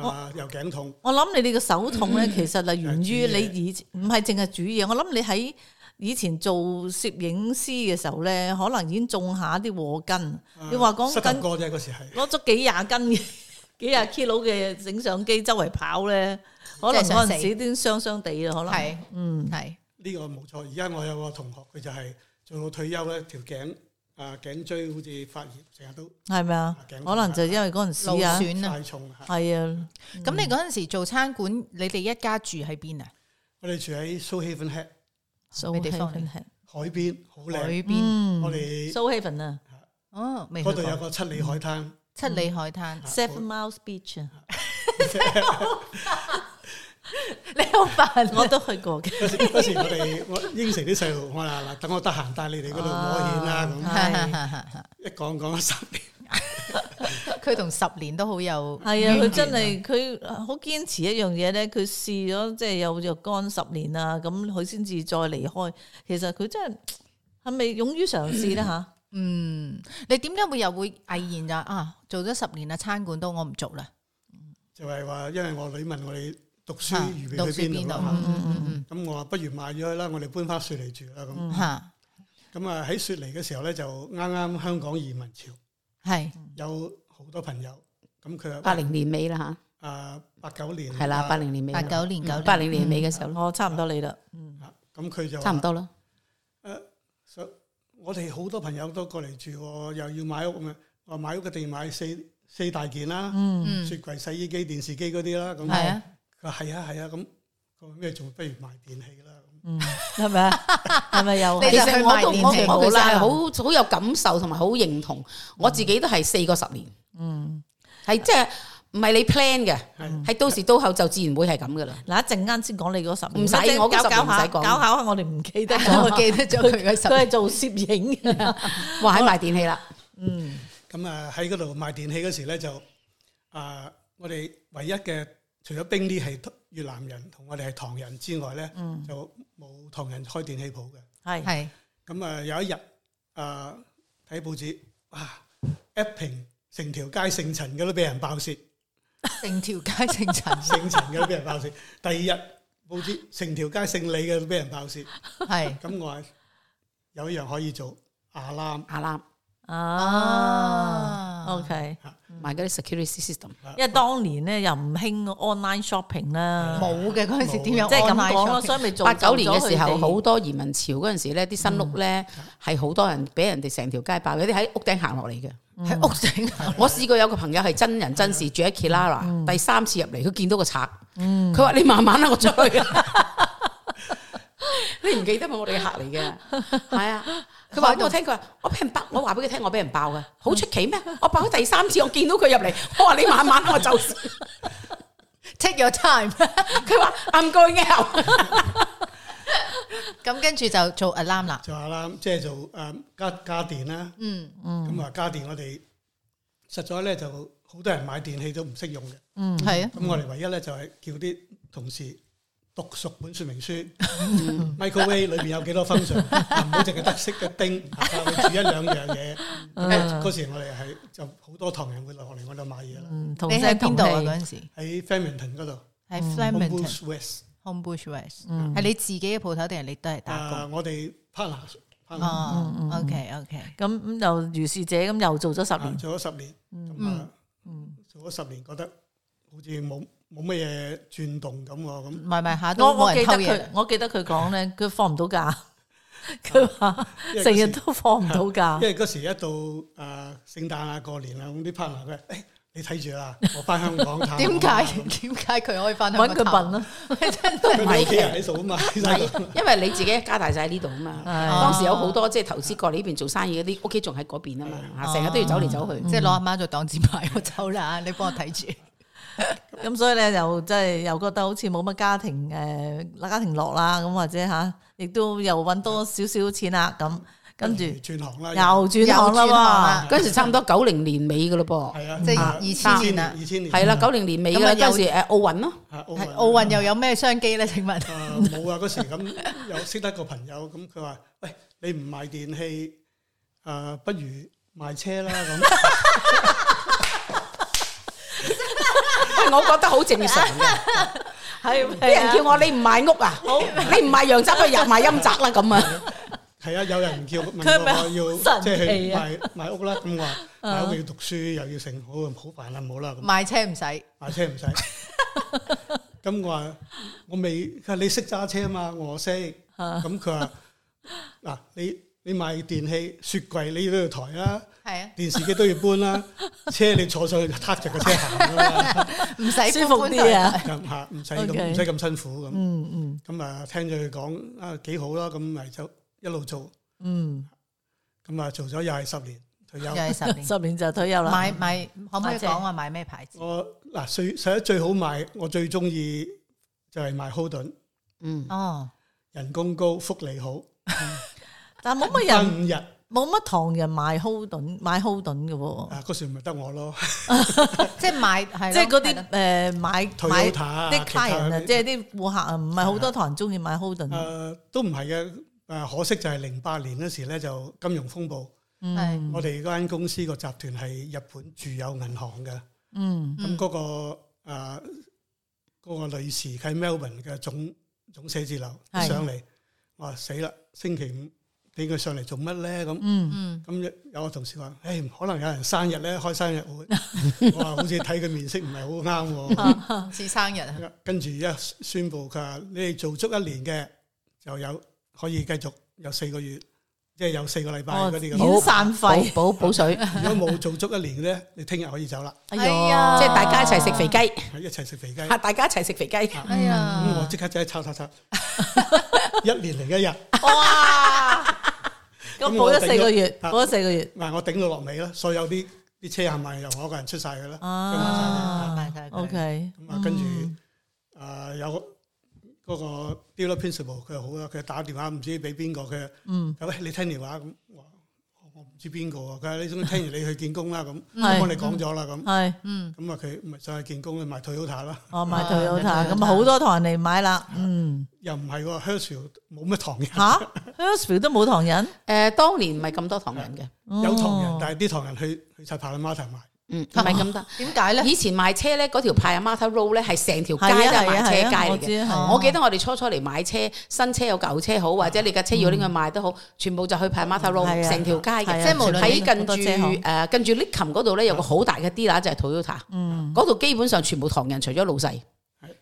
E: 啊又頸痛，
C: 我諗你哋嘅手痛咧，其實係源於
E: 係煮嘢
C: 你以前唔係淨係煮嘢，我諗你喺以前做攝影師嘅時候咧，可能已經種下啲禍根。
E: 啊
C: 你話講
E: 膝
C: 緊
E: 頭哥啫嗰時係。
C: 攞咗幾廿斤嘅 幾廿 kilo 嘅整相機周圍跑咧，可能
B: 真係想
C: 嗰
B: 死
C: 陣時都傷傷地啦，可能
B: 係
C: 嗯
B: 係
E: 呢個冇錯。而家我有個同學，佢就係做到退休咧，條頸啊頸椎好似發炎，成日都
C: 係咪啊
E: 頸？痛
C: 可能就因為嗰陣
B: 勞
C: 時啊，
B: 損啊。
E: 太重嚇。
C: 係啊，
B: 咁你嗰阵时做餐館，你哋一家住喺邊啊？
E: 我哋住喺蘇希芬 head
C: 蘇
B: 咩地方嚟
C: 希芬
E: 海邊，好
B: 海
E: 靚。
B: 邊
E: 我
C: 嗯，
E: 哋
C: 蘇希芬啊
B: 哦，未去
E: 嗰度有
B: 過
E: 個七里海灘，
B: 七里海灘。
C: ，Seven Miles Beach 啊，
B: 你好煩啊
C: 我都去過嘅。
E: 嗰時嗰時我哋我應承啲細路，我話嗱，等我得閒帶你哋嗰度摸
B: 啊
E: 蜆啦
B: 係
E: 咁。一講講咗十 年，
B: 佢同十年都好有
C: 係
B: 淵
C: 啊，佢
D: 嗯
B: 源
C: 真係佢好堅持一樣嘢咧，佢試咗即係有若干十年啊，咁佢先至再離開。其實佢真係係咪勇於嘗試咧吓？
B: 嗯，你點解會又會毅然就啊做咗十年啦，餐館都我唔做啦，
E: 就係話因為我女問我哋讀書
B: 啊
E: 預
B: 讀
E: 備
B: 書
E: 去邊
B: 邊
E: 度
B: 度
E: 啦，
B: 嗯嗯
E: 咁我話不如賣咗佢啦，我哋搬翻雪梨住啦咁。
B: 嗯吓
E: 咁啊喺雪梨嘅時候咧，就啱啱香港移民潮，
B: 係
E: 有好多朋友，咁佢
D: 八
E: 話
D: 零年尾啦
E: 啊八九年
D: 吓，係啦，
E: 啊
D: 八零年尾啦，
B: 八九年嗯九
D: 八零年尾嘅時候咯，
C: 我差唔多你啦，
E: 啊咁佢就話
D: 差唔。多啦。
E: 想我哋好多朋友都過嚟住喎，又要買屋咁樣，話買屋嘅地買四四大件啦，
B: 嗯
E: 雪櫃、洗衣機、電視機嗰啲啦，咁
B: 係啊，
E: 佢話係啊係啊，咁佢話咩仲不如賣電器啦，
C: 係咪 啊？係咪又
B: 你
D: 其
B: 就
D: 實我都
B: 去賣電
D: 我
B: 器
D: 我其實係
B: 啦
D: 好好有感受同埋好認同，我自己都係四個十年，嗯，係即係唔係你 plan 嘅，
E: 係
D: 係到時到後就自然會係咁噶啦。
C: 嗱，一陣間先講你嗰十年，
D: 唔使
C: 一陣
D: 我嗰
C: 搞
D: 十年
C: 搞
D: 唔
C: 下，
D: 使講
C: 搞下我哋唔記得
B: 我
C: 咗，
B: 記得咗佢嘅
C: 佢
B: 十
C: 係做攝影嘅，
D: 哇！喺賣電器啦，
C: 嗯，
E: 咁啊喺嗰度賣電器嗰時咧就啊我哋唯一嘅除咗冰啲係越南人同我哋係唐人之外咧，就冇唐人開電器鋪嘅。
C: 係
B: 係
E: 咁啊有一日啊睇報紙，哇 Epping 成條街姓陳嘅都俾人爆竊。，
B: 成條街姓陳
E: 姓陳嘅都俾人爆竊。第二日報紙成條街姓李嘅都俾人爆竊。
B: 係
E: 咁我話有一樣可以做阿攬，
D: 阿啦，
C: 哦啊，OK，
D: 賣嗰啲 security system，
C: 因為當年咧又唔興 online shopping 啦，
B: 冇嘅嗰陣時點有
C: 即係咁
B: online
C: 講咯，
B: shopping？
C: 所以咪做
D: 八九年嘅時候好多移民潮嗰陣時咧，啲新屋咧係好多人俾人哋成條街爆，有啲喺屋頂行落嚟嘅。
B: 喺屋頂行
D: 我試過有個朋友係真人真事住喺 Kilara，第三次入嚟佢見到個賊，
C: 嗯
D: 佢話你慢慢啦，我出 去啊。你唔記得嘛？我哋嘅客嚟 嘅，係啊。佢話俾我聽，佢話我俾人爆，我話俾佢聽，我俾人爆嘅，好出奇咩？我爆咗第三次，我見到佢入嚟，我話你慢慢啦，我就。
B: take your time，
D: 佢話 I'm going out。
B: 咁跟住就做 alarm 啦，
E: 就阿攬即係做誒家家電啦。
B: 嗯
E: 咁啊家電我哋實在咧就好多人買電器都唔識用嘅。
B: 係啊，
E: 咁我哋唯一咧就係叫啲同事。讀熟本說明書，microwave 裏邊有幾 多 function，啊唔好淨係得識嘅丁，啊去煮一兩樣嘢。嗰時我哋係就好多唐人會落嚟我度買嘢啦，
C: 嗯，同
B: 你喺
C: 聲
B: 邊
C: 同
B: 度啊
C: 氣
B: 嗰，陣時？
E: 喺 Flemington 嗰度
B: 喺
E: Homebush
B: Flemington
E: West。
B: Homebush West，係你自己嘅鋪頭定係你都係打
E: 啊
B: 工？！
E: 我哋 partner partner
B: 哦，OK OK，
C: 咁又如是者咁又做咗十
E: 啊
C: 年，
E: 做咗十年，咁啊，做咗十年覺得好似冇冇乜嘢轉動咁喎，咁
B: 唔係唔係啊下都
C: 我
B: 冇
C: 我記
B: 人
C: 得
B: 偷
C: 佢
B: 嘢，，
C: 我記得佢講咧，佢放唔 到假，佢
B: 啊
C: 話
E: 因為
C: 成日
E: 嗰時
C: 都放唔到假
E: 因。為嗰時一到啊聖誕啊過年啊，咁啲 partner 佢誒你睇住啦，我翻香港探
B: 點
E: 望
B: 解
E: 啊咁
B: 點解佢可以翻
C: 揾佢笨
B: 啦？
C: 啦，
B: 真係
E: 佢哋屋企人喺度啊嘛，喺
D: 唔
E: 晒度
D: 係，因為你自己一家大晒喺呢度啊嘛。當時有好多即係投資過嚟呢邊做生意嗰啲，屋企仲喺嗰邊啊嘛，嚇成日都要走嚟走去。
B: 即係攞阿媽做擋箭牌，我走啦， 你幫我睇住。
C: 咁所以咧又即係又覺得好似冇乜家庭誒、家庭樂啦，咁或者吓，亦都又揾多少少錢啦，咁跟住又
E: 轉行啦，
B: 哎
C: 轉行
B: 又轉行
C: 啦
B: 啦
D: 嗰陣時差唔多九零年尾噶咯
E: 係啊，
B: 即係
E: 啊
B: 2000年啊
E: 二千
D: 噃，
E: 年
D: 係啦，九零年尾
B: 咁
D: 啦。
B: 啊有
D: 嗰陣時誒奧 運咯，
E: 啊
B: 係
E: 奧
B: 奧
E: 運
B: 運又有咩商機咧？請問
E: 啊冇啊！嗰時咁有識得個朋友，咁佢話：喂，你唔賣電器，啊，不如賣車啦咁。
D: 我覺得好正常嘅。
C: 係咪
D: 啲人
C: 啊
D: 叫我你唔買屋啊，你唔買洋宅，不如買陰宅啦咁啊。
E: 係啊，有人叫問
C: 佢咪
E: 我要
C: 好神
E: 即係
C: 奇
E: 去
C: 啊
E: 買買屋啦，咁我話買屋要讀書又要成，好好煩啦，唔好啦咁。
B: 買車唔使，
E: 買車唔使。咁我話我未，佢話你識揸車嘛？我識。咁佢話嗱，你你賣電器，雪櫃你都要抬啦，
B: 係啊，
E: 電視機都要搬啦，車你坐上去就撻着個車行㗎啦，
B: 唔使
C: 舒服
B: 搬搬
C: 啲啊？
E: 咁嚇唔使咁
C: OK Ừ.
E: 唔使咁辛苦咁。
C: 嗯嗯
E: 咁啊，聽咗佢講啊幾好啦，咁咪就一路做，
C: 嗯，
E: 咁啊做咗又係十年退休
B: 又。係十年。
C: 十年就退休啦。
B: 買買可唔可以
C: 買車
B: 講話買咩牌子？
E: 我嗱最使得最好賣，我最中意就係賣 Holden，
D: 嗯，
B: 哦，
E: 人工高，福利好，
C: 但冇乜人，
E: 翻五日。
C: 冇乜唐人買 Holden，買 Holden 嘅喎，
E: 啊，嗰時咪得我咯，
B: 即係買係咯
C: 即係嗰
B: 係咯
C: 啲誒買
E: 退
C: 買
E: 休塔啊，
C: 啲
E: 其他
C: client 啊，
E: 嗰啲
C: 即係啲顧客啊，唔係好多唐人中意買 Holden。啊
E: 誒都唔係嘅。呃誒可惜就係零八年嗰時咧，就金融風暴，
C: 嗯
B: 係
E: 我哋嗰間公司個集團係日本住友銀行嘅，
C: 嗯
E: 咁嗰、個誒嗰個女士喺 Melbourne 嘅總總寫字樓
C: 係
E: 上嚟，我話死啦，星期五你佢上嚟做乜咧咁？
C: 嗯，
B: 嗯
E: 咁有個同事話：，誒、可能有人生日咧，開生日會。 我話好似睇佢面色唔係好啱喎。
B: 啊似生日啊，
E: 跟住一宣布，佢話：你哋做足一年嘅就有可以繼續有四個月，即係有四個禮拜
C: 哦，
E: 嗰啲咁。
C: 遣散費，
D: 補補補水，
E: 如果冇做足一年咧，你聽日可以走啦，
C: 哎
B: 哎呀
C: 呀，
D: 嗯即係大家一齊食肥雞，
E: 一齊食肥雞。
D: 嚇大家一齊食肥雞。
B: 哎
E: 咁我
B: 呀
E: 即，刻就係抄抄抄，一年零一日，
C: 咁
E: 咁
C: 補
E: 我
C: 咗
E: 定
C: 四個月，
E: 啊
C: 補咗四個月。
E: 嗱我頂到落尾啦，所有啲啲車係咪由我一個人出晒佢啦？咁啊
B: 啊
C: 啊，OK，
E: 咁啊，跟住
C: 嗯
E: 啊有嗰個 dealer principal 佢好啊啦，佢打電話唔知俾邊個佢，
C: 嗯，
E: 喂你聽電話咁，我話我唔知邊個啊，佢話你總之聽完你去見工啦咁，
C: 係
E: 咁我哋講咗啦咁，
C: 係，
B: 嗯，
E: 咁啊佢咪上去見工去賣 Toyota 啦，
C: 我買
B: 啊
C: Toyota，
B: Toyota
C: 咁好多唐人嚟買啦。 嗯，
E: 又唔係喎 h e r s h e l 冇乜唐人，
C: 吓 h e r s f i e l 都冇唐人，
D: 嗯誒，當年唔係咁多唐人嘅，
E: 有唐人
C: 哦，
E: 但係啲唐人去去晒 Parramatta 賣，
D: 嗯，唔係咁多。
B: 點解咧？
D: 以前賣車咧，嗰條派阿 Martha Road 咧，係成條街
C: 係啊
D: 都係
C: 係
D: 賣
C: 啊
D: 車
C: 係啊
D: 街
C: 我
D: 嚟
C: 知
D: 嘅。哦
C: 係啊
D: 我記得我哋初初嚟買車，新車有舊車好，或者你架車要拎去賣都好，全部就去派 Martha
C: 係
D: Road
C: 啊
D: 成條街
C: 係
D: 嘅。
C: 啊
D: 嗯即係無論喺
C: 全部好多車行
D: 近住誒近住 l i c o m 嗰度咧，有個好大嘅 D 啦，就係 Toyota。嗰
C: 嗯
D: 度基本上全部唐人，除咗老細，去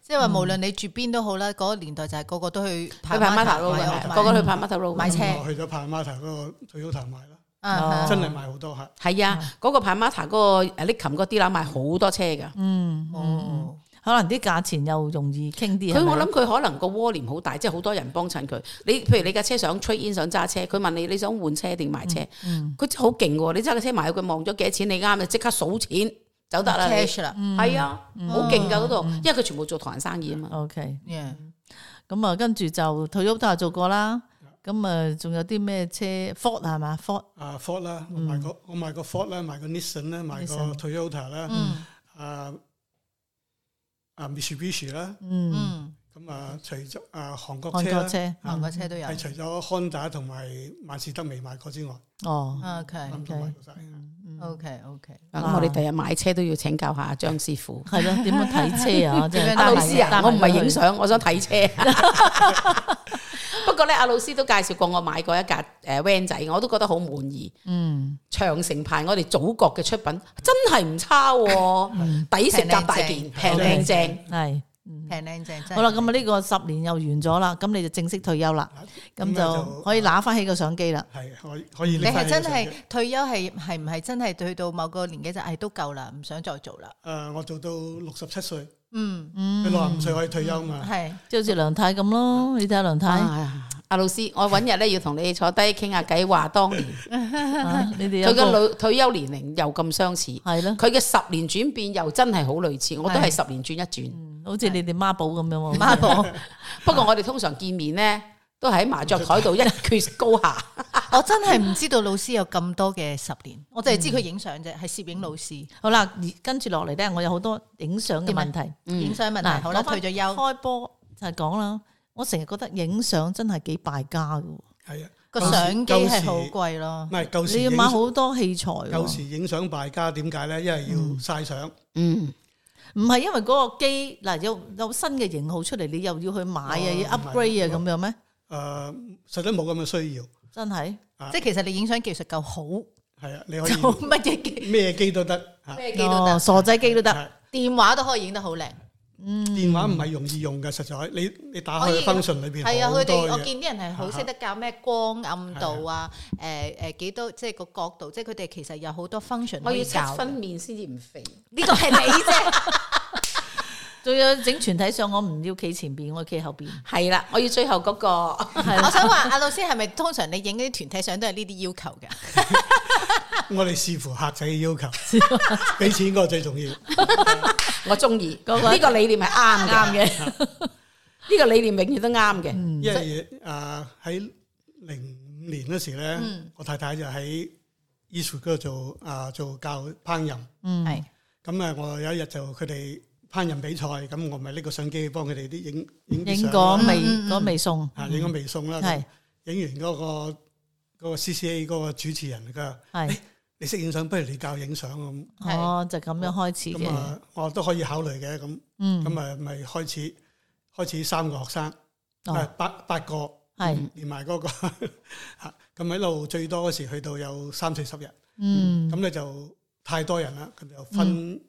B: 即係話無論你住邊都好啦，嗰個年代就係個個都去
D: 派
B: 排
D: Martha Road 嘅係啊個個去派 Martha Road 嘅
B: 買車
E: 咁
C: 哦
E: 我去咗 Parramatta 嗰個 Toyota 賣啦，
B: 啊
E: 真係賣好多客。
B: 嗯
D: 係啊，嗰個派 Martha 嗰個 l i c o m 嗰 D 啦賣好多車㗎。
B: 哦，
C: 嗯可能啲價錢又容易傾啲。
D: 佢
C: 係咪
D: 我諗佢可能個窩簾好大，即係好多人幫襯佢。你譬如你架車想 trade in 想揸車，佢問你你想換車定買車，
B: 嗯
C: 嗯
D: 佢真係好勁喎！你揸架車埋去，佢望咗幾多錢，你啱就即刻數錢走得啦。你
B: 嗯 cash 嗯啦，
C: 嗯
D: 係啊，好勁㗎嗰度，因為佢全部做唐人生意啊嘛。
B: 嗯
C: ，OK，
B: Yeah，
C: 咁啊，跟住就 Toyota 又做過啦，咁啊，仲有啲咩車 Ford 係嘛？Ford
E: 啊 Ford 啦，我買個我買個 Ford 啦，買個 Nissan 啦，買個
C: 嗯 Nissan
E: Toyota 啦，
B: 嗯
E: 啊啊 Mitsubishi 啦，
B: 嗯，
E: 咁啊除咗啊韓國
C: 韓
E: 車
C: 國
E: 啦，
C: 車，
B: 韓國車都有
E: 係除咗 Honda 同埋萬事得未買過之外，
C: 哦，
E: 啱
B: ，OK，OK，OK，
E: 都買過晒。
D: 咁我哋第日買車都要請教下張師傅。
C: 係咯，點樣睇車啊？即係
B: 點樣睇
D: 阿
B: 帶
D: 老
B: 埋
D: 師啊，我唔係影。
C: 帶埋佢
D: 相，我想睇車。不過咧，阿老師都介紹過我買過一架誒 van 仔，我都覺得好滿意。
C: 嗯，
D: 長城牌我哋祖國嘅出品真係唔差喎，抵食夾大件，
E: 平
D: 平
E: 靚
D: 靚
E: 正
D: 正。
C: 係。
B: 平靚正真。
C: 好啦，咁啊呢個十年又完咗啦，咁你就正式退休啦，咁就可以拿翻起個相機啦。
E: 係可以可以
B: 你
E: 拎
B: 係
E: 返起
B: 真
E: 上
B: 係
E: 嘅
B: 退休係係唔係真係去到某個年紀就係都夠啦，唔想再做啦。
E: 誒，我做到六十七歲，
B: 嗯，
E: 佢六十五歲可以退休嘛？
B: 係
C: 即係好似梁太咁咯，你睇下梁太，啊
D: 啊阿老師，我揾日咧要同你坐低傾下偈，話當年
C: 啊你哋嗯有
D: 佢
C: 個
D: 嘅女退休年齡又咁相似，
C: 係咯，
D: 佢嘅十年轉變又真係好類似，我都係
C: 係
D: 十年轉一轉。
C: 好似你哋孖寶咁樣喎。
B: 孖寶，
D: 不過我哋通常見面呢，都喺麻雀台度一決高下。
B: 我真係唔知道老師有咁多嘅十年，我淨係知佢影相啫，係攝影老師
C: 好啦，而跟住落嚟咧，我有好多影相嘅問題。
B: 影相問題。
C: 嗱
B: 好啦，
C: 講返
B: 退咗休，
C: 開波就係講啦，我成日覺得影相真係幾敗家嘅喎。
E: 係啊，
B: 個
E: 舊時
B: 相機係好
E: 舊時
B: 貴咯
E: 唔，係舊時
C: 你要
E: 影
C: 買好多器材喎，
E: 舊時影相敗家，點解咧？因為要晒相，
D: 嗯，
C: 唔係因為嗰個機嗱有有新嘅型號出嚟，你又要去買啊，
E: 哦
C: 要 upgrade 啊
E: 唔係
C: 咁樣咩？
E: 誒實在冇咁嘅需要，
C: 真係
E: 啊
B: 即係其實你影相技術夠好，
E: 係啊，你可
B: 就
E: 以
B: 乜嘢機
E: 咩機都得嚇，
B: 咩機都
C: 哦，
B: 得，
C: 傻仔機都得。
E: 係
B: 電話都可以影得好靚。
E: 電話唔係容易用嘅，實在你你打
B: 可
E: 開
B: 以
E: function 裏邊
B: 係啊，
E: 好
B: 佢
E: 多
B: 哋我
E: 嘢，
B: 見啲人係好識得教咩光暗度啊，誒誒幾多即係個角度，即係佢哋其實有好多 function
D: 我
B: 可以
D: 要七
B: 教。
D: 分面先至唔肥。
B: 呢個係你啫，
C: 仲有整全體相，我唔要企前邊，我企後邊。
D: 係啦，我要最後嗰個。
B: 我想話阿老師係咪通常你影嗰啲團體相都係呢啲要求嘅？
E: 我哋視乎客仔嘅 要求，俾錢嗰個最重要。
D: 我中意
C: 嗰個
D: 呢個理念係啱啱嘅， 呢個理念永遠都啱嘅。
B: 嗯
E: 因為啊喺零五年嗰時咧，
B: 嗯
E: 我太太就喺 Eastwood 嗰度做啊做教烹飪，
B: 係
E: 咁啊我有一日就佢哋烹飪比賽，咁我咪拎個相機幫佢哋啲影影啲
C: 影
E: 相
C: 過
E: 啦
C: 未？
B: 嗯嗯
C: 嗰未送
E: 啊影咗微送啦，
C: 係
E: 咁影完嗰個嗰個 CCA 嗰個主持人噶，
C: 係
E: 你識影相，不如你教影相啊咁，
B: 係
C: 哦，就咁樣開始
E: 咁
C: 嘅。
E: 啊我都可以考慮嘅咁。
C: 嗯，
E: 咁啊，咪開始開始三個學生，
C: 哦
E: 啊八八個，
C: 係
E: 連埋嗰個 嚇，咁喺度最多嗰時去到有三四十人，
C: 嗯
E: 咁咧就太多人啦，咁就分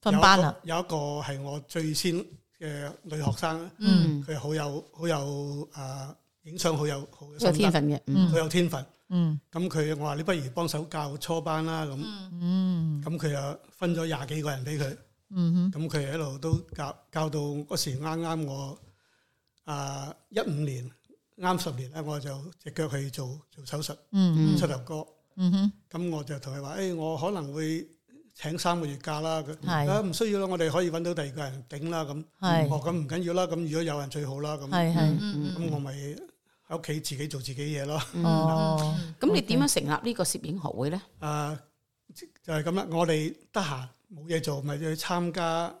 C: 分班啊啦。
E: 有一個有一個係我最先嘅女學生啦，
C: 嗯
E: 佢好有好有啊影相好有好有
D: 有
E: 心
D: 天
E: 得，
D: 分嘅，嗯
C: 嗯
E: 好有天分。
C: 嗯
E: 咁佢我話你不如幫手教初班啦，咁
C: 嗯
E: 咁佢又分咗廿幾個人俾佢。
C: 嗯
E: 咁佢一路都教教到嗰時啱啱我啊一五年啱十年咧，我就隻腳去做做手術
C: 嗯
E: 膝頭哥，
C: 嗯哼
E: 咁我就同佢話：，誒、哎我可能會請三個月假啦。佢
C: 係
E: 啊唔需要啦，我哋可以揾到第二個人頂啦。咁
C: 係
E: 哦，咁唔緊要啦。咁如果有人最好啦。咁
C: 係係
D: 嗯
E: 咁我咪喺屋企自己做自己嘢咯。
C: 哦，
D: 咁你點樣成立呢個攝影學會咧？
E: 啊，就係咁啦。我哋得閒冇嘢做，咪去參加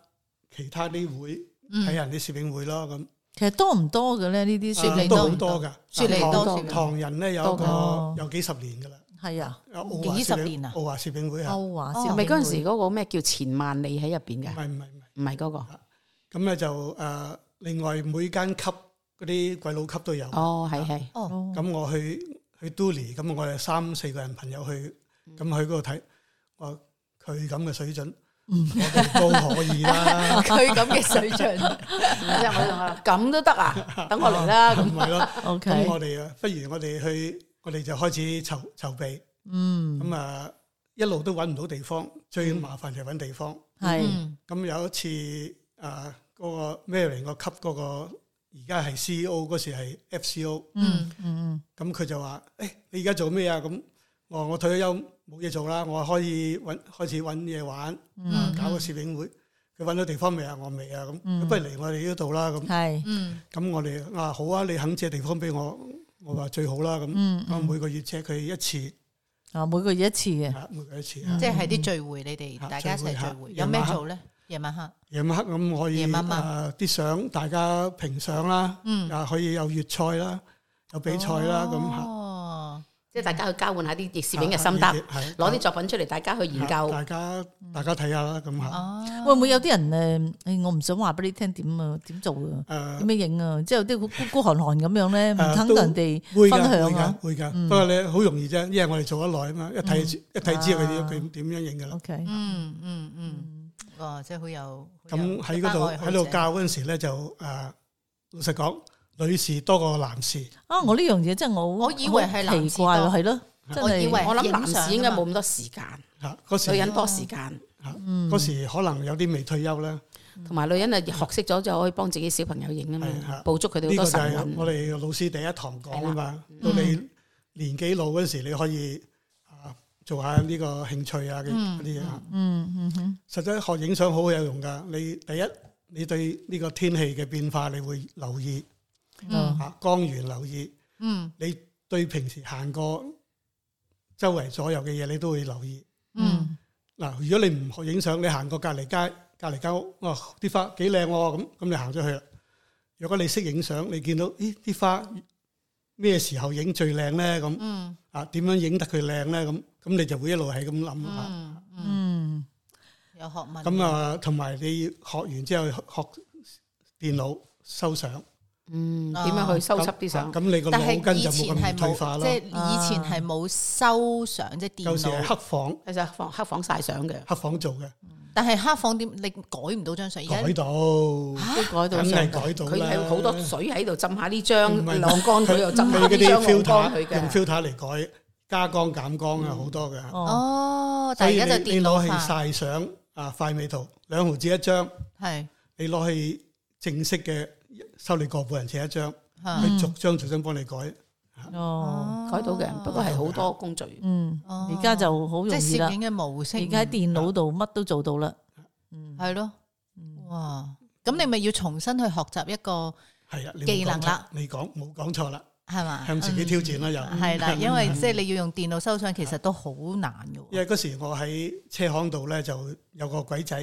E: 其他啲會，睇人啲攝影會咯。咁
C: 其實多唔多嘅咧？呢啲攝
E: 啊
C: 影
E: 都
C: 唔
E: 好多噶，
B: 雪梨
E: 唐
B: 多
D: 多
B: 雪梨
E: 唐人咧有一
C: 多
E: 個
C: 㗎
E: 有幾十年噶啦，
C: 係啊，
E: 有奧華
B: 幾
E: 攝
B: 十
E: 影
B: 年啊
E: 奧華攝影會啊，
C: 歐華
D: 係
C: 攝
D: 咪
C: 影
D: 哦嗰陣
C: 會
D: 時嗰個咩叫前萬里喺入邊
E: 唔
D: 嘅？
E: 係唔係唔係，
D: 唔係嗰個，
E: 咁咧就誒，另外每間級嗰啲鬼佬級都有，
D: 哦，係係，
B: 哦，
C: 哦
E: 咁我去去 Dooley，咁我哋三四個人朋友去，咁去嗰度睇，我佢咁嘅水準，我哋都可以 啦，
B: 佢咁嘅水準，
D: 即係我就話咁都得啊，等我嚟啦咁
E: 咁。咪咯，
C: ，OK，
E: 咁我哋啊，不如我哋去，我哋就開始籌籌備，
C: 嗯
E: 咁啊一路都揾唔到地方，最麻煩就係揾地方。
C: 係
B: 嗯
E: 咁有一次啊，嗰、個 Mary 個級嗰個而家係 CEO 嗰時係 FCO，
C: 嗯嗯
E: 咁佢就話：，誒、你而家做咩啊？咁我話我退咗休冇嘢做啦，我可以揾開始揾嘢玩，啊搞個攝影會。佢揾到地方未啊？我未啊，咁、不如嚟我哋呢度啦。咁
C: 嗯係
B: 嗯
E: 咁我哋啊好啊，你肯借地方俾我，我話最好啦。咁、
C: 嗯
E: 我每個月借佢一次，
C: 啊，每個月一次嘅。
E: 啊每個月一次啊
B: 嗯即。係啲聚會，你哋
E: 嚇
B: 大家一齊
E: 聚會嚇
B: 聚會，
E: 夜
B: 有
E: 晚
B: 咩
E: 黑
B: 做咧？夜晚黑，
E: 夜晚黑咁可以
B: 夜晚黑嗯
E: 啊啲相大家評相啦，啊可以有粵菜啦，有比賽啦咁嚇。啊
B: 哦，
D: 即係大家去交換下啲攝影嘅心得，
E: 係
D: 攞啲作品出嚟，大家去研究。
E: 大家大家睇下啦咁嚇。
B: 哦，
C: 會唔會有啲人誒？誒，我唔想話俾你聽點啊，點做啊，點
E: 誒
C: 樣影啊？即係有啲孤孤寒寒咁樣咧，唔
E: 誒
C: 肯
E: 都
C: 同人哋
E: 會
C: 分
E: 㗎會
C: 享
E: 㗎
C: 啊。
E: 會㗎，不過你好容易啫，因為我哋做得耐啊嘛，一睇一睇知道佢點
C: 啊
E: 佢點樣影㗎啦。
C: OK，
B: 嗯嗯嗯，哇，即係好有
E: 咁喺嗰度喺度，教嗰陣時咧就誒老實講，女士多過男士，
C: 啊，我呢樣嘢真係我
B: 我以為係男
C: 好
B: 士
C: 奇怪喎，
B: 多
C: 係咯，真
B: 我以
C: 係
B: 為
D: 我諗男
B: 影相
D: 士應該
B: 啊嘛
D: 冇咁多時間，
E: 嚇嗰時
D: 女人多時間，
E: 嚇嗰時可能有啲未退休啦。
D: 同埋女人啊學識咗就可以幫自己小朋友影啊
E: 係
D: 嘛
E: 嚇，
D: 捕捉佢哋好
E: 呢個
D: 多
E: 就
D: 神
E: 係我
D: 韻。
E: 哋老師第一堂講啊嘛。
C: 嗯
E: 到你年紀老嗰陣時，你可以啊做下呢個興趣啊嘅嗰啲嘢啊。
C: 嗯嗯哼，
E: 實際學影相好有用㗎。你第一，你對呢個天氣嘅變化，你會留意
C: 嗯
E: 啊，光源留意。
B: 嗯
E: 你對平時行過周圍左右嘅嘢，你都會留意。
B: 嗯
E: 嗱，如果你唔學影相，你行過隔離街、隔離間屋，哇，啲花幾靚喎，咁咁你行咗去啦。若果你識影相，你見到咦啲花咩時候影最靚咧？咁
B: 嗯
E: 啊點樣影得佢靚咧？咁咁你就會一路係咁諗啊。
B: 嗯嗯，
C: 嗯，
B: 有學問
E: 咁，啊，同埋你學完之後學電腦收相，
D: 嗯，點樣去收輯啲相？
E: 咁你個
B: 但係
E: 腦筋
B: 以
E: 就冇
B: 前
E: 咁
B: 係
E: 易退化
B: 冇，
E: 啦
B: 即。係以前係冇收相，即係
E: 有
B: 電
E: 時係
B: 腦，
E: 黑房
D: 其實黑房黑房晒相嘅，
E: 黑房做嘅，
B: 但係黑房點你改唔到張相，而家
E: 改到
D: 都改到
E: 梗
D: 相
E: 係。改到
D: 佢
E: 啦。
D: 係好多水喺度浸下呢張
E: 唔係
D: 晾乾，佢又浸
E: 佢
D: 下
E: 嗰
D: 呢張
E: 啲
D: 晾乾佢
E: filter 用
D: 嘅。
E: filter 嚟改加光減光啊，好多嘅。
C: 哦，
B: 哦，
E: 所
B: 但
E: 以
B: 係而家
E: 你
B: 就
E: 你
B: 電
E: 攞
B: 腦
E: 去
B: 化，
E: 晒相啊，快美圖兩毫紙一張，
B: 係
E: 你攞去正式嘅修理過本人寫一張，
B: 嚇
E: 佢逐張逐張幫你改。
C: 哦，
D: 改到嘅，不過係好多工
E: 啊
D: 序。
C: 嗯，
B: 哦
C: 而家就好容
B: 即係
C: 易
B: 攝
C: 啦，
B: 影嘅模式，
C: 而家喺電腦度乜都做到啦， 嗯，
B: 係咯，哇！咁你咪要重新去學習一個
E: 係啦，你冇
B: 技能
E: 講錯
B: 啦，
E: 你講冇講錯啦，
B: 係嘛？嗯
E: 向自己挑戰啦又。嗯
B: 係啦，因為即係你要用電腦收相，其實都好難嘅喎。
E: 因為嗰時我喺車行度咧就有個鬼仔，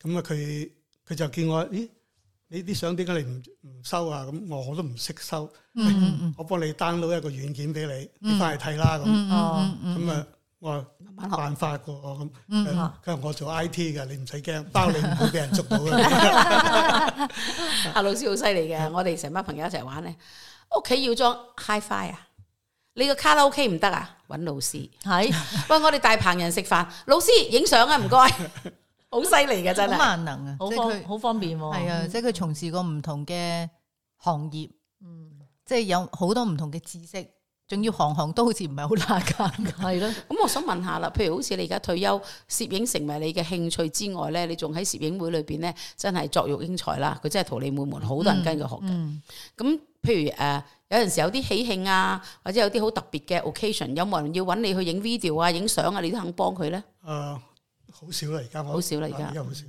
E: 咁啊佢佢就見我，咦你啲相點解你唔唔收啊？咁我我都唔識收，
B: 嗯嗯
E: 我幫你 download 一個軟件俾你，你翻去睇啦咁。
B: 嗯
C: 哦
B: 嗯嗯
E: 咁啊我話
D: 慢慢學
E: 辦法噶咁，
B: Ờ.
C: 嗯
E: 佢話佢話我做 I T 嘅，你唔使驚，包你唔會俾人捉到嘅。
D: 阿老師好犀利
E: 啊
D: 嘅，我哋成班朋友一齊玩咧，屋企要裝 HiFi 啊，你個卡拉 OK 唔得啊，揾老師。
C: 係
D: 喂，我哋大棚人食飯，老師影相啊， 唔該，好犀利嘅真
B: 嗯，好
D: 係。
B: 萬能啊！即
C: 好
B: 係
C: 方
B: 佢
C: 好嗯方便喎，
B: 係啊，即係佢從事過唔同嘅行業，
C: 嗯
B: 即係有好多唔同嘅知識，仲要行行都好似唔係好拉更咁。
C: 係咯，
D: 咁我想問下啦，譬如好似你而家退休，攝影成為你嘅興趣之外咧，你仲喺攝影會裏邊咧，真係作育英才啦！佢真係桃李滿門，好多人跟佢學嘅。
C: 嗯，
D: 咁譬如誒、呃有陣時有啲喜慶啊，或者有啲好特別嘅 occasion，有冇人要揾你去影 video 啊、影相啊，你都肯幫佢咧？
E: 誒好少啦，而家我
D: 好少啦而家
E: 而家好少，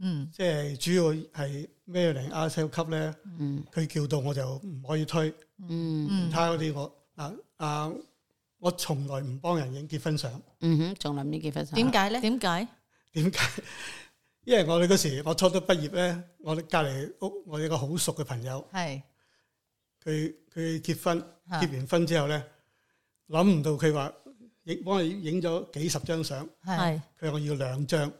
B: 嗯
E: 即係主要係咩零 R s e 級咧？
D: 嗯
E: 佢叫到我就唔可以推，
D: 嗯
E: 其
B: 嗯，
E: 他嗰啲我啊啊，我從來唔幫人影結婚相，
D: 嗯哼，仲諗呢幾分鐘？
B: 點 解咧？
C: 點解？
E: 點解？因為我哋嗰時我初中畢業咧，我哋隔離屋我有個好熟嘅朋友，
B: 係
E: 佢佢結婚，
B: 嚇
E: 結完婚之後咧，諗唔到佢話影幫佢影咗幾十張相，
B: 係
C: 係
E: 佢話我要兩張，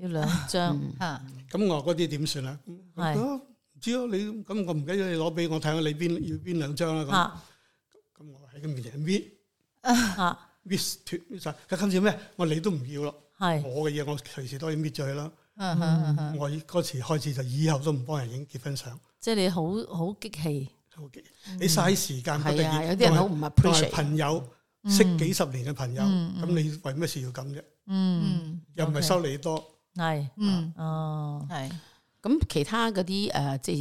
C: 要兩張，
D: 嗯
B: 嚇
E: 咁我話嗰啲點算啊？咁佢
C: 係
E: 話唔知咯，你咁我唔緊要，你攞俾我睇下你邊要邊兩張啦咁。
C: 啊
E: 咁我喺佢面前搣
C: 啊，
E: 搣脱搣晒，佢今次咩？我話你都唔要咯，
C: 係
E: 我嘅嘢我隨時都可以搣咗佢啦。
B: 嗯嗯嗯
E: 我嗰時開始就以後都唔幫人影結婚相，
C: 即係你好好激氣，
E: 好嘅，你嘥時間覺得
D: 嗯係啊，
E: 影
D: 有啲人好唔
E: 同埋同埋
D: appreciate。嗯
E: 朋友識幾十年嘅朋友，咁你為咩事要咁啫？
C: 嗯，
B: 嗯
E: 又唔係
C: OK
E: 收你多，
C: 係，
B: 嗯
C: 哦，
B: 係
D: 咁其他嗰啲誒，即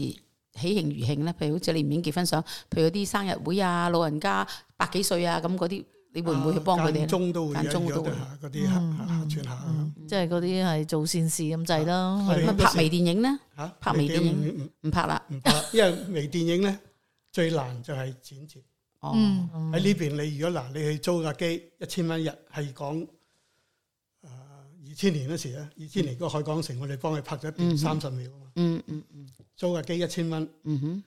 D: 係喜慶餘慶咧，譬如好似你唔影結婚相，譬如嗰啲生日會啊、老人家百幾歲啊咁嗰啲，你會唔會去幫佢哋
E: 啊間
D: 咧？
E: 中都會
D: 間中都
E: 有有
D: 會嗯
E: 啲下嗰啲客客串下
C: 即係嗰啲係做善事咁滯啦，
E: 我哋
D: 咁啊拍微電影咧，
E: 嚇，
D: 拍微電影
E: 唔
D: 唔拍啦。
E: 唔唔拍，因為微電影咧最難就係剪接。
D: 哦，
B: 嗯
E: 喺呢邊你如果嗱，你去租架機一千蚊一日，係講誒二千年嗰時咧，二千年嗰個海港城，我哋幫佢拍咗一
D: 嗯
E: 段三十秒啊嘛，
D: 嗯嗯嗯
E: 租架機一千蚊，
D: 嗯哼，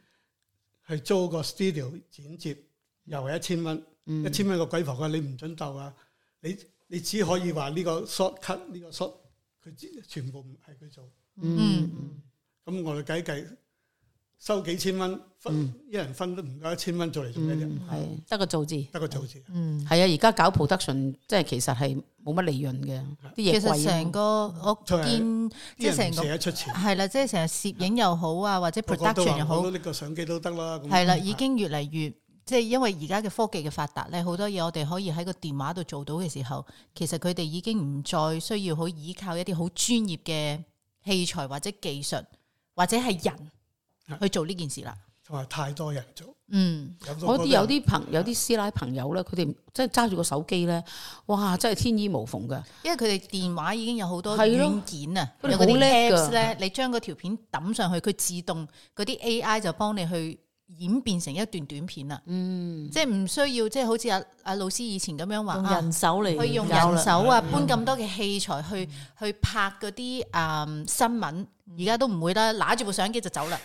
E: 去租個 studio 剪接又係一千蚊，
D: 嗯
E: 一千蚊個鬼婆佢話你唔准鬥啊，你你只可以話呢個 short cut 呢個 short，佢知全部唔係佢做，
B: 嗯
E: 咁我哋計一計收幾千蚊分，
D: 嗯
E: 一人分都唔夠一千蚊做嚟做咩啫？
D: 係
C: 得個做字，
E: 得個做字，
C: 嗯，
D: 係啊，而家搞 production 即係其實係冇乜利潤嘅，啲
B: 其
D: 嘢
B: 實
D: 貴啊
B: 成個我
E: 同埋
B: 見即
E: 啲
B: 係
E: 人
B: 成
E: 唔捨
B: 個
E: 得出錢。
B: 係啦，即係成日攝影又好啊，或者
E: 個個都
B: production 又
E: 話我
B: 好
E: 都，呢嗯個相機都得啦。咁
B: 係啦，已經越嚟越即係因為而家嘅科技嘅發達咧，好多嘢我哋可以喺個電話度做到嘅時候，其實佢哋已經唔再需要好依靠一啲好專業嘅器材或者技術或者係人去做呢件事啦。
E: 同埋太多人做，
B: 嗯，
D: 我啲有啲朋有啲師奶朋友咧，佢哋即係揸住個手機咧，哇！真係天衣無縫嘅。
B: 因為佢哋電話已經有好多
D: 係咯
B: 軟件啊，
D: 佢哋
B: 有
D: 好
B: 嗰啲
D: 叻㗎
B: apps 咧，你將嗰條片抌上去，佢自動嗰啲 AI 就幫你去演變成一段短片啦。嗯，即係唔需要即係好似阿阿老師以前咁樣話
C: 用
B: 啊
C: 人手嚟
B: 佢用
C: 搞啦
B: 人手啊，
D: 嗯
E: 係
B: 搬咁多嘅器材去去嗯
D: 嗯
B: 拍嗰啲誒新聞，而家都唔會啦，揦住部相機就走啦。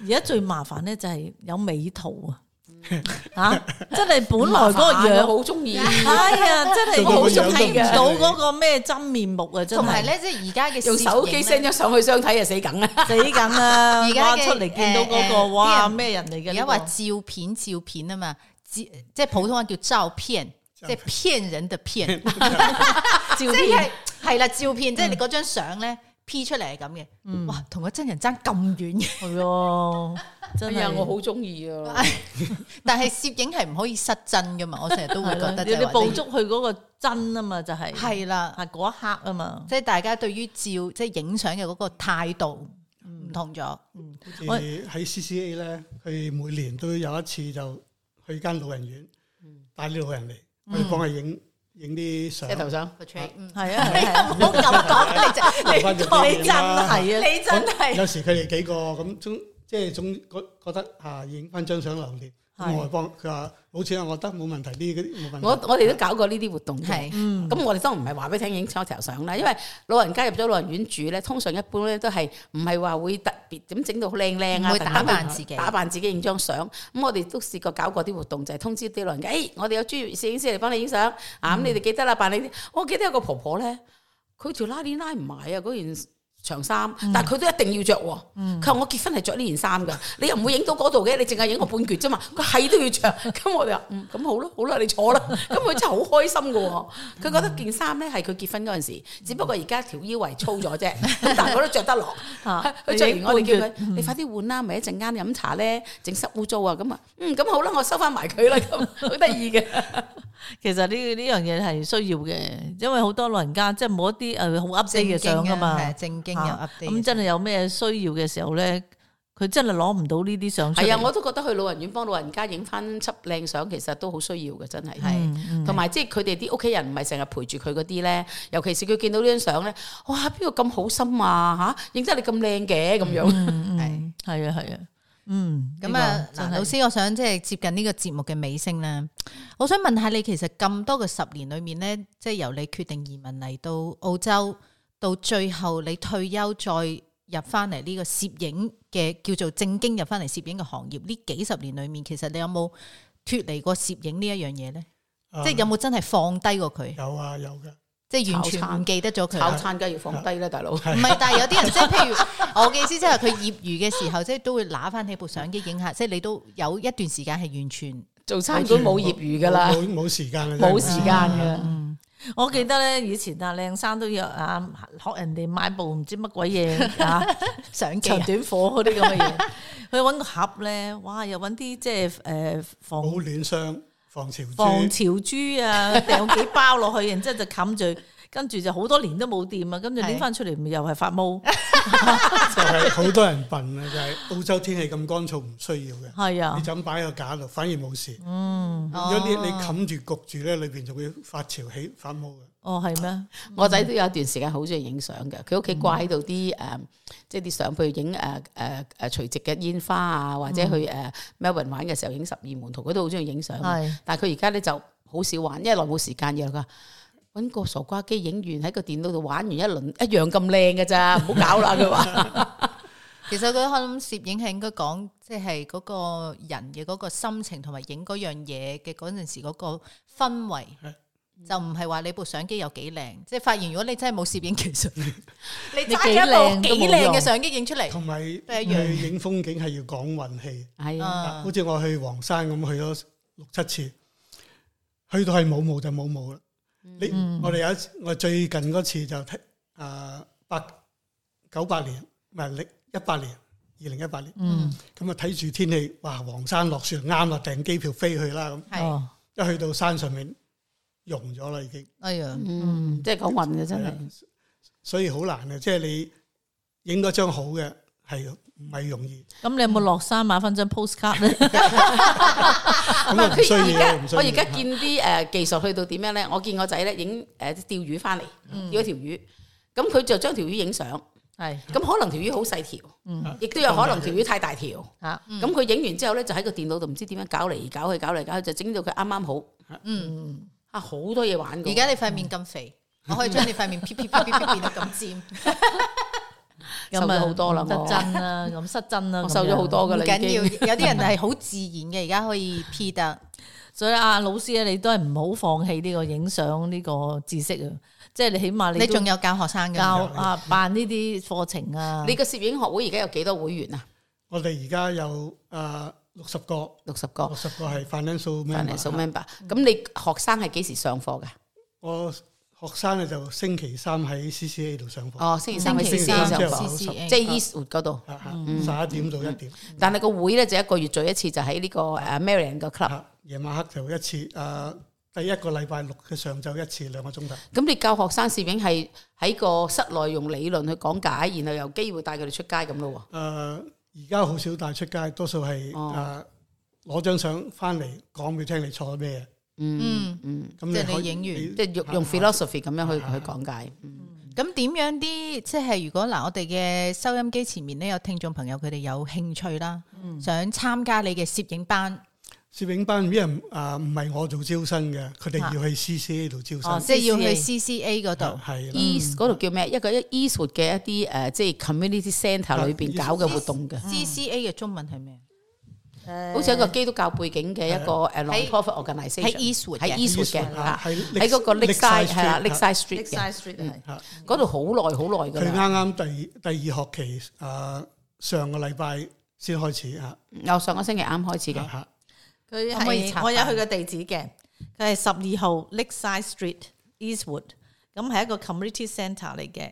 C: 而家最麻煩咧就係有美圖啊，
E: 嗯
C: 吓，真係本來嗰個樣
D: 啊我好中 意，
C: 哎呀，真係
E: 做到個樣
C: 睇唔
E: 都
C: 到
E: 唔似
C: 嗰個咩真面目啊！真
B: 同埋
C: 係
B: 咧，即係而家嘅
D: 用手機 send
B: 聲，
D: 咗上去相睇就死梗啦。
C: 死緊啦！
B: 而家
C: 哇
B: 嘅
C: 出嚟見到嗰
B: 誒
C: 個
B: 誒啲
C: 哇
B: 人
C: 咩人嚟嘅？
B: 而家話照片照片啊嘛，照即係普通話叫照片，即
E: 照
B: 係
E: 片
B: 騙人嘅騙，
C: 照
B: 即係
C: 片，
B: 係啦照片，即
C: 嗯
B: 係你嗰張相咧 P 出嚟係咁嘅，哇，同個真人爭咁遠嘅，
C: 係 喎，
D: 哎
C: 真
D: 呀，
C: 係
D: 我好中意啊！
B: 但係攝影係唔可以失真噶嘛，我成日都會覺得
C: 係啦你
B: 就
C: 你
B: 係話
C: 捕捉佢嗰個真啊嘛，就係
B: 係啦，
C: 係嗰一刻啊嘛。
B: 即係大家對於照即係影相嘅嗰個態度唔同咗，
C: 我
E: 喺 CCA 咧，佢每年都有一次就去間老人院，帶啲老人嚟，我哋幫佢影影啲相
D: 即，頭上，
B: 個 track，嗯
C: 係啊，係 啊
B: 我咁講你就。
E: 留翻做紀
C: 你
E: 念
C: 真
E: 啦
C: 係啊，
B: 你真係
E: 有時佢哋幾個咁總即係總覺覺得啊，影翻張相留念。
C: 係
E: 咁我幫佢話冇錢啊，我得冇問題，呢啲冇
D: 我
E: 問題。
D: 我哋都搞過呢啲活動嘅。
B: 係
C: 嗯
D: 咁我哋當然唔係話俾你聽影初頭相啦，因為老人家入咗老人院住咧，通常一般咧都係唔係話會特別點整到好靚靚
B: 唔
D: 啊，
B: 會
D: 特登
B: 打扮自己
D: 打扮自己影張相。咁我哋都試過搞過啲活動，就係、通知啲老人家，誒、哎我哋有專業攝影師嚟幫你影相啊，咁你哋記得啦，扮你。我記得有個婆婆咧，佢條拉鍊拉唔埋啊，嗰件。長衫，但係佢都一定要着喎。佢話、我結婚係着呢件衫㗎，你又唔會影到嗰度嘅，你淨係影個半橛啫嘛。佢係都要 着。咁我哋話嗯咁好啦，好啦，你坐 啦。咁佢真係好開心㗎喎。佢覺得件衫咧係佢結婚嗰陣時，只不過而家條腰圍粗咗啫，咁但係佢都着得落。
C: 嚇
D: 佢着完我哋叫佢，你快啲換啦，咪一陣間飲茶咧，整濕污糟啊咁啊。嗯，咁好啦，我收翻埋佢啦，咁 好得意嘅。
C: 其實呢呢樣嘢係需要嘅，因為好多老人家即係冇一啲誒好 update 嘅相噶嘛
B: 係，正經有
C: 嚇
B: update
C: 咁真係有咩需要嘅時候咧，佢真係攞唔到呢啲相出嚟。
D: 係啊，我都覺得去老人院幫老人家影翻輯靚相，其實都好需要嘅，真係。
C: 嗯
D: 係，同埋即係佢哋啲屋企人唔係成日陪住佢嗰啲咧，尤其是佢見到呢張相咧，哇！邊個咁好心啊嚇，影得你咁靚嘅咁樣。
C: 嗯係啊係啊，嗯
B: 咁啊
C: 呢，個
B: 嗱，
C: 真係
B: 老師，我想即係接近呢個節目嘅尾聲啦。我想問下你，其實咁多個十年裏面咧，即係由你決定移民嚟到澳洲，到最後你退休再入翻嚟呢個攝影嘅叫做正經入翻嚟攝影嘅行業，呢幾十年裏面，其實你有冇脱離過攝影呢一樣嘢咧？
E: 啊
B: 即係有冇真係放低過佢？
E: 有啊有嘅，
B: 即係完全唔記得咗佢啦
D: 炒。餐梗係要放低啦，大佬。
B: 唔係，但係有啲人即係譬如我嘅意思，即係佢業餘嘅時候，即係都會拿翻起部相機影下，即係你都有一段時間係完全
D: 做餐館冇業餘㗎啦，
E: 冇冇冇時間啊，真係
D: 冇時間㗎。
C: 我記得咧，以前啊靚生都約啊學人哋買部唔知乜鬼嘢啊
B: 相機
C: 長
B: 啊。
C: 短火嗰啲咁嘅嘢，去揾個盒咧，哇又揾啲即係誒防
E: 保暖箱防潮珠，
C: 哦防潮珠 啊，掉幾包落去，然之後就冚住，跟住就好多年都冇掂啊，跟住拎翻出嚟咪又係發 毛，
E: 就係好多人笨啊！就係澳洲天氣咁乾燥，唔需要嘅，
C: 係啊
E: 你，就咁擺喺個架度，反而冇事。
C: 嗯，
E: 如果你你
B: 哦
E: 冚住焗住咧，裏邊就會發潮起發毛嘅。
C: 哦係咩？
D: 我仔都有一段時間好中意影相嘅，佢屋企掛喺度啲誒，即係啲相，譬如影誒誒誒除夕嘅煙花啊，或者去誒 Melbourne 玩嘅時候影十二門徒，佢都好中意影相嘅。
C: 係
D: 但係佢而家咧就好少玩，因為耐冇時間嘅啦。揾個傻瓜機影完喺個電腦度玩完一輪，一樣咁靚嘅咋，唔好搞啦佢 話。
B: 其實佢可能攝影係應該講，即係嗰個人嘅嗰個心情同埋影嗰樣嘢嘅嗰陣時嗰個氛圍
E: 係。
B: 就唔係話你部相機有幾靚，即係發現如果你真係冇攝影技術，你
C: 你
B: 揸一部
C: 幾靚都冇
B: 幾靚嘅
C: 用
B: 相機影出嚟，
E: 同埋
B: 都一
E: 去
B: 樣
E: 影風景係要講運氣，
D: 係啊，
B: 啊
E: 好似我去黃山咁去咗六七次，去到係冇霧就冇霧啦。你
D: 嗯
E: 我哋有一次我最近嗰次就睇啊八九八年唔係零一八年二零一八年，
C: 嗯，
E: 咁啊睇住天氣，哇黃山落雪啱啦，訂機票飛去啦咁。
B: 係，
C: 哦
E: 一去到山上面溶咗啦，已經，
B: 哎呀，
D: 嗯，即係講運嘅真係。
E: 所以好難啊嘅。即係你影到張好嘅係唔係容易？
C: 咁你有冇落山買翻張 postcard 咧？
E: 咁
D: 唔係
E: 啊唔需
D: 佢而
E: 要，唔
D: 家
E: 需
D: 我
E: 要。
D: 而家見啲誒技術去到點樣咧？我見我仔咧影誒釣魚翻嚟，
E: 嗯
D: 釣一條魚，咁佢就將條魚影相，
C: 係
D: 咁可能條魚好細
E: 嗯
D: 條，亦都有可能條魚太大條。
E: 啊
C: 嚇，
D: 咁佢影完之後咧，就喺個電腦度唔知點樣搞嚟搞去，搞嚟搞去，就整到佢啱啱好。
B: 嗯，
D: 啊，好多嘢玩 㗎
B: 而家你塊面咁肥，我可以將你塊面 P P P P P 變到咁尖。
D: 瘦咗好多啦
C: 失
D: 我
C: 真啦，咁失真啦，
D: 我
C: 咁
D: 瘦咗好多噶
B: 唔
D: 啦，
B: 緊
D: 已
B: 要，
D: 經。
B: 有啲人係好自然嘅，而家可以 P 得。
C: 樣。所以阿老師咧，你都係唔好放棄呢個影相呢個知識啊，即係你起碼
B: 你
C: 你
B: 仲
C: 仲
B: 有教學生嘅
C: 教啊辦呢啲課程啊，
D: 你個攝影學會而家有幾多會員啊？
E: 我哋而家有誒六十個，
D: 六十個
E: 六十個係 financial
D: ，financial
E: member。
D: 哦 member。咁嗯你學生係幾時上課㗎？
E: 我學生咧就星期三喺 CCA 度上課，
D: 哦，星期三喺
E: 星期
D: CCA
E: 三
D: 上
E: 之後
D: 課，
B: CCA
D: 即係 Eastwood 嗰度。
E: 啊啊十一點到一點，
D: 但係個會咧就一個月聚一次，就喺呢個誒 Marion 個 club。
E: 啊夜晚黑就一次誒。第一個禮拜六嘅上晝一次兩個鐘頭，
D: 咁你教學生攝影係喺個室內用理論去講解，然後有機會帶佢哋出街咁咯喎。
E: 誒而家好少帶出街，多數係誒
D: 哦
E: 攞張相翻嚟講俾聽你錯咗咩嘢。
D: 嗯嗯，
E: 咁
B: 即係
E: 可以
B: 你影完
D: 即係用用 philosophy 咁樣去去講解。
B: 咁點樣啲即係如果嗱，我哋嘅收音機前面咧有聽眾朋友佢哋有興趣啦，
E: 嗯
B: 想參加你嘅攝影班，
E: 啊攝影班，因為啊唔係我做招生嘅，佢哋要去 CCA 度招
C: 哦
E: 生，
B: 即係要去
C: CCA
B: CCA 嗰度。
E: 係啦。
D: East 嗰度叫咩？一個一 Eastwood 嘅一啲誒，即係 community centre 裏邊搞嘅活動嘅，
B: CCA 嘅中文係咩？
D: 好似一個基督教背景嘅一個誒 non-profit
B: 喺
D: organisation。
B: Eastwood
D: 喺
B: 嘅
D: Eastwood 嘅
E: 係
D: 嚇
E: 喺
D: 喺嗰個 Lakeside
E: Lakeside
D: 係啦
E: Street，
D: ，Lakeside Street 嘅
C: Lakeside Street 係
D: 嗰度好耐好耐㗎
E: 佢
D: 啦。
E: 啱啱第第二學期啊上個禮拜先開始啊，
D: 我上個星期啱開始嘅，
E: 嚇
C: 佢
B: 可唔可以
C: 係
B: 拆
C: 我有
B: 彈
C: 佢嘅地址嘅，佢係十二號 Lakeside Street Eastwood，咁係一個 community centre 嚟嘅。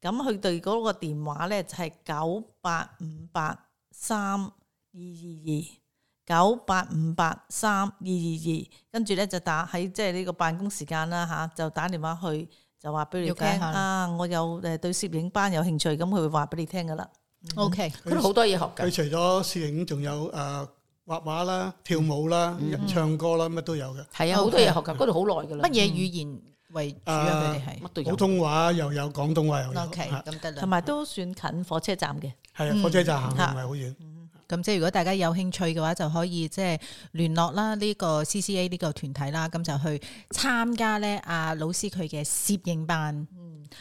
C: 咁佢對嗰個電話咧就係九八五八三二二二，九八五八三二二二，跟住咧就打喺即係呢個辦公時間啦吓，就打電話去就話俾你
B: 了
C: 聽
B: 解下
C: 啊，我有誒對攝影班有興趣，咁佢會話俾你聽噶啦。
B: OK，
E: 嗯
D: 嗰度好多嘢學㗎。
E: 佢
D: 嗯
E: 除咗攝影，仲有誒畫畫啦、跳舞啦、唱歌啦，乜都有嘅。
D: 係啊，好多嘢學㗎，嗰度好耐㗎啦
B: 乜。嘢語言為主啊？佢哋
D: 乜
B: 係
D: 都有
E: 普。通話又有，廣東話又有，
B: OK，
E: 啊
B: 咁得啦
C: 同。埋都算近火車站嘅，
D: 嗯
E: 係啊，火車站行路唔係好遠。
B: 咁即係如果大家有興趣嘅話，就可以即係聯絡啦呢個 CCA 呢個團體啦，咁就去參加咧阿老師佢嘅攝影班，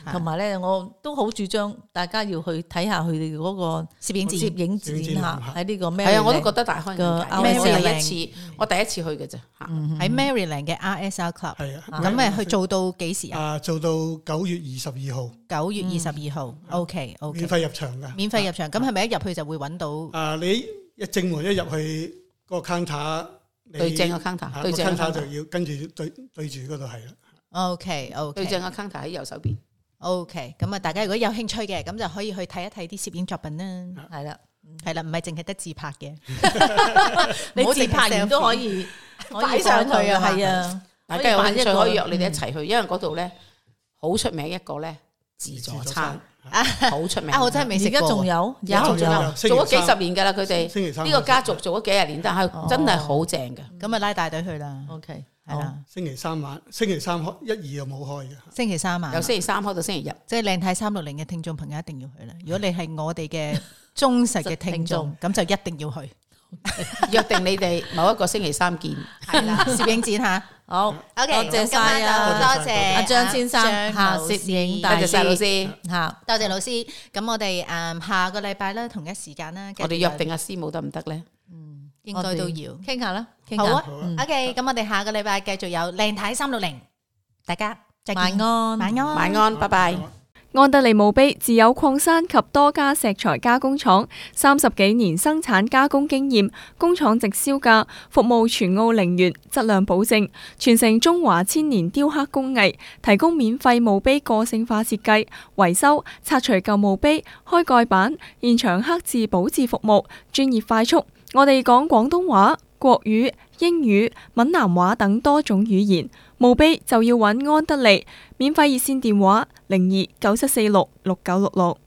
B: 啊
C: 同埋咧我都好主張大家要去睇下佢哋嗰個。
B: 攝影
C: 攝
B: 展。
C: 影
E: 影
C: 展
E: 展
C: 嚇，
E: 嚇
C: 喺呢個咩？
D: 係啊，我都覺得大開
C: 個
D: 眼界。因為
B: Outlet
D: 我第一次，我第一次去嘅啫嚇。
B: 喺
C: 嗯
B: Maryland 嘅 RSR Club，
E: 係啊，
B: 咁咪去做到幾時啊？
E: 啊做到九月二十二號，
B: 九
C: 嗯
B: 月二十二號，OK
E: 免
B: OK，
E: 費入場㗎。
B: 免費入場，咁
C: 啊
B: 係咪一入去就會揾到？
E: 啊，你一正門一入去個 counter，你
D: 對正個
E: 啊
D: counter，
E: 個
D: 對正個啊
E: counter
D: counter，
E: 就要跟住對對住嗰度係啦。
C: 啊
B: OK
D: 對
B: OK
D: 正個 counter 喺右手邊。
B: OK，咁啊，大家如果有興趣嘅，咁就可以去睇一睇啲攝影作品啦。
C: 係啦，
B: 係啦，唔係淨係得自拍 嘅，
C: 你
B: 唔好淨係
C: 自拍完都可以
B: 擺上去啊
C: 係啊，
D: 大家有
C: 可以辦
D: 興
C: 一
D: 趣
C: 個
D: 可以約你哋一齊去，因為嗰度咧好出名一個咧自助餐，好出名。
B: 啊，我真係未食
C: 而
B: 過。
C: 家仲有
D: 有
E: 仲
D: 仲有
E: 有星期
D: 做咗幾
E: 三
D: 十年㗎啦，佢哋
E: 星期三
D: 呢個家族做咗幾廿年，但係真係好正嘅。
B: 咁啊拉大隊去啦，
C: OK
B: 係啦，
E: 星期三晚，星期三開一二就冇開嘅。
B: 星期三晚
D: 由，星期三開到星期日，
B: 即係靚太三六零嘅聽眾朋友一定要去啦。如果你係我哋嘅忠實嘅聽 眾，咁就一定要去，
D: 約定你哋某一個星期三見。
B: 係啦，攝影展吓。
C: 好，
B: OK，
C: 多謝晒啊，
E: 多謝
B: 多謝
C: 阿張先生嚇攝影
D: 多
C: 大
D: 謝晒老
C: 師
D: 師，
C: 嚇，
B: 多謝老師。咁我哋誒下個禮拜啦，同一時間啦，繼續
D: 我哋約定阿師母得唔得咧？
B: 應該都要。
C: 傾下啦，傾
B: 好
C: 下
B: 啊，OK，咁我哋下個禮拜繼續有靚太三六零，大家再見
C: 晚，安，
B: 晚安，
D: 晚安，嗯拜拜。
A: 安德利墓碑自有礦山及多家石材加工廠，三十幾年生產加工經驗，工廠直銷價，服務全澳陵園，質量保證，傳承中華千年雕刻工藝，提供免費墓碑個性化設計、維修、拆除舊墓碑、開蓋板、現場刻字保質服務，專業快速。我哋講廣東話、國語、英語、閩南話等多種語言，墓碑就要揾安德利。免費熱線電話零二九七四六六九六六。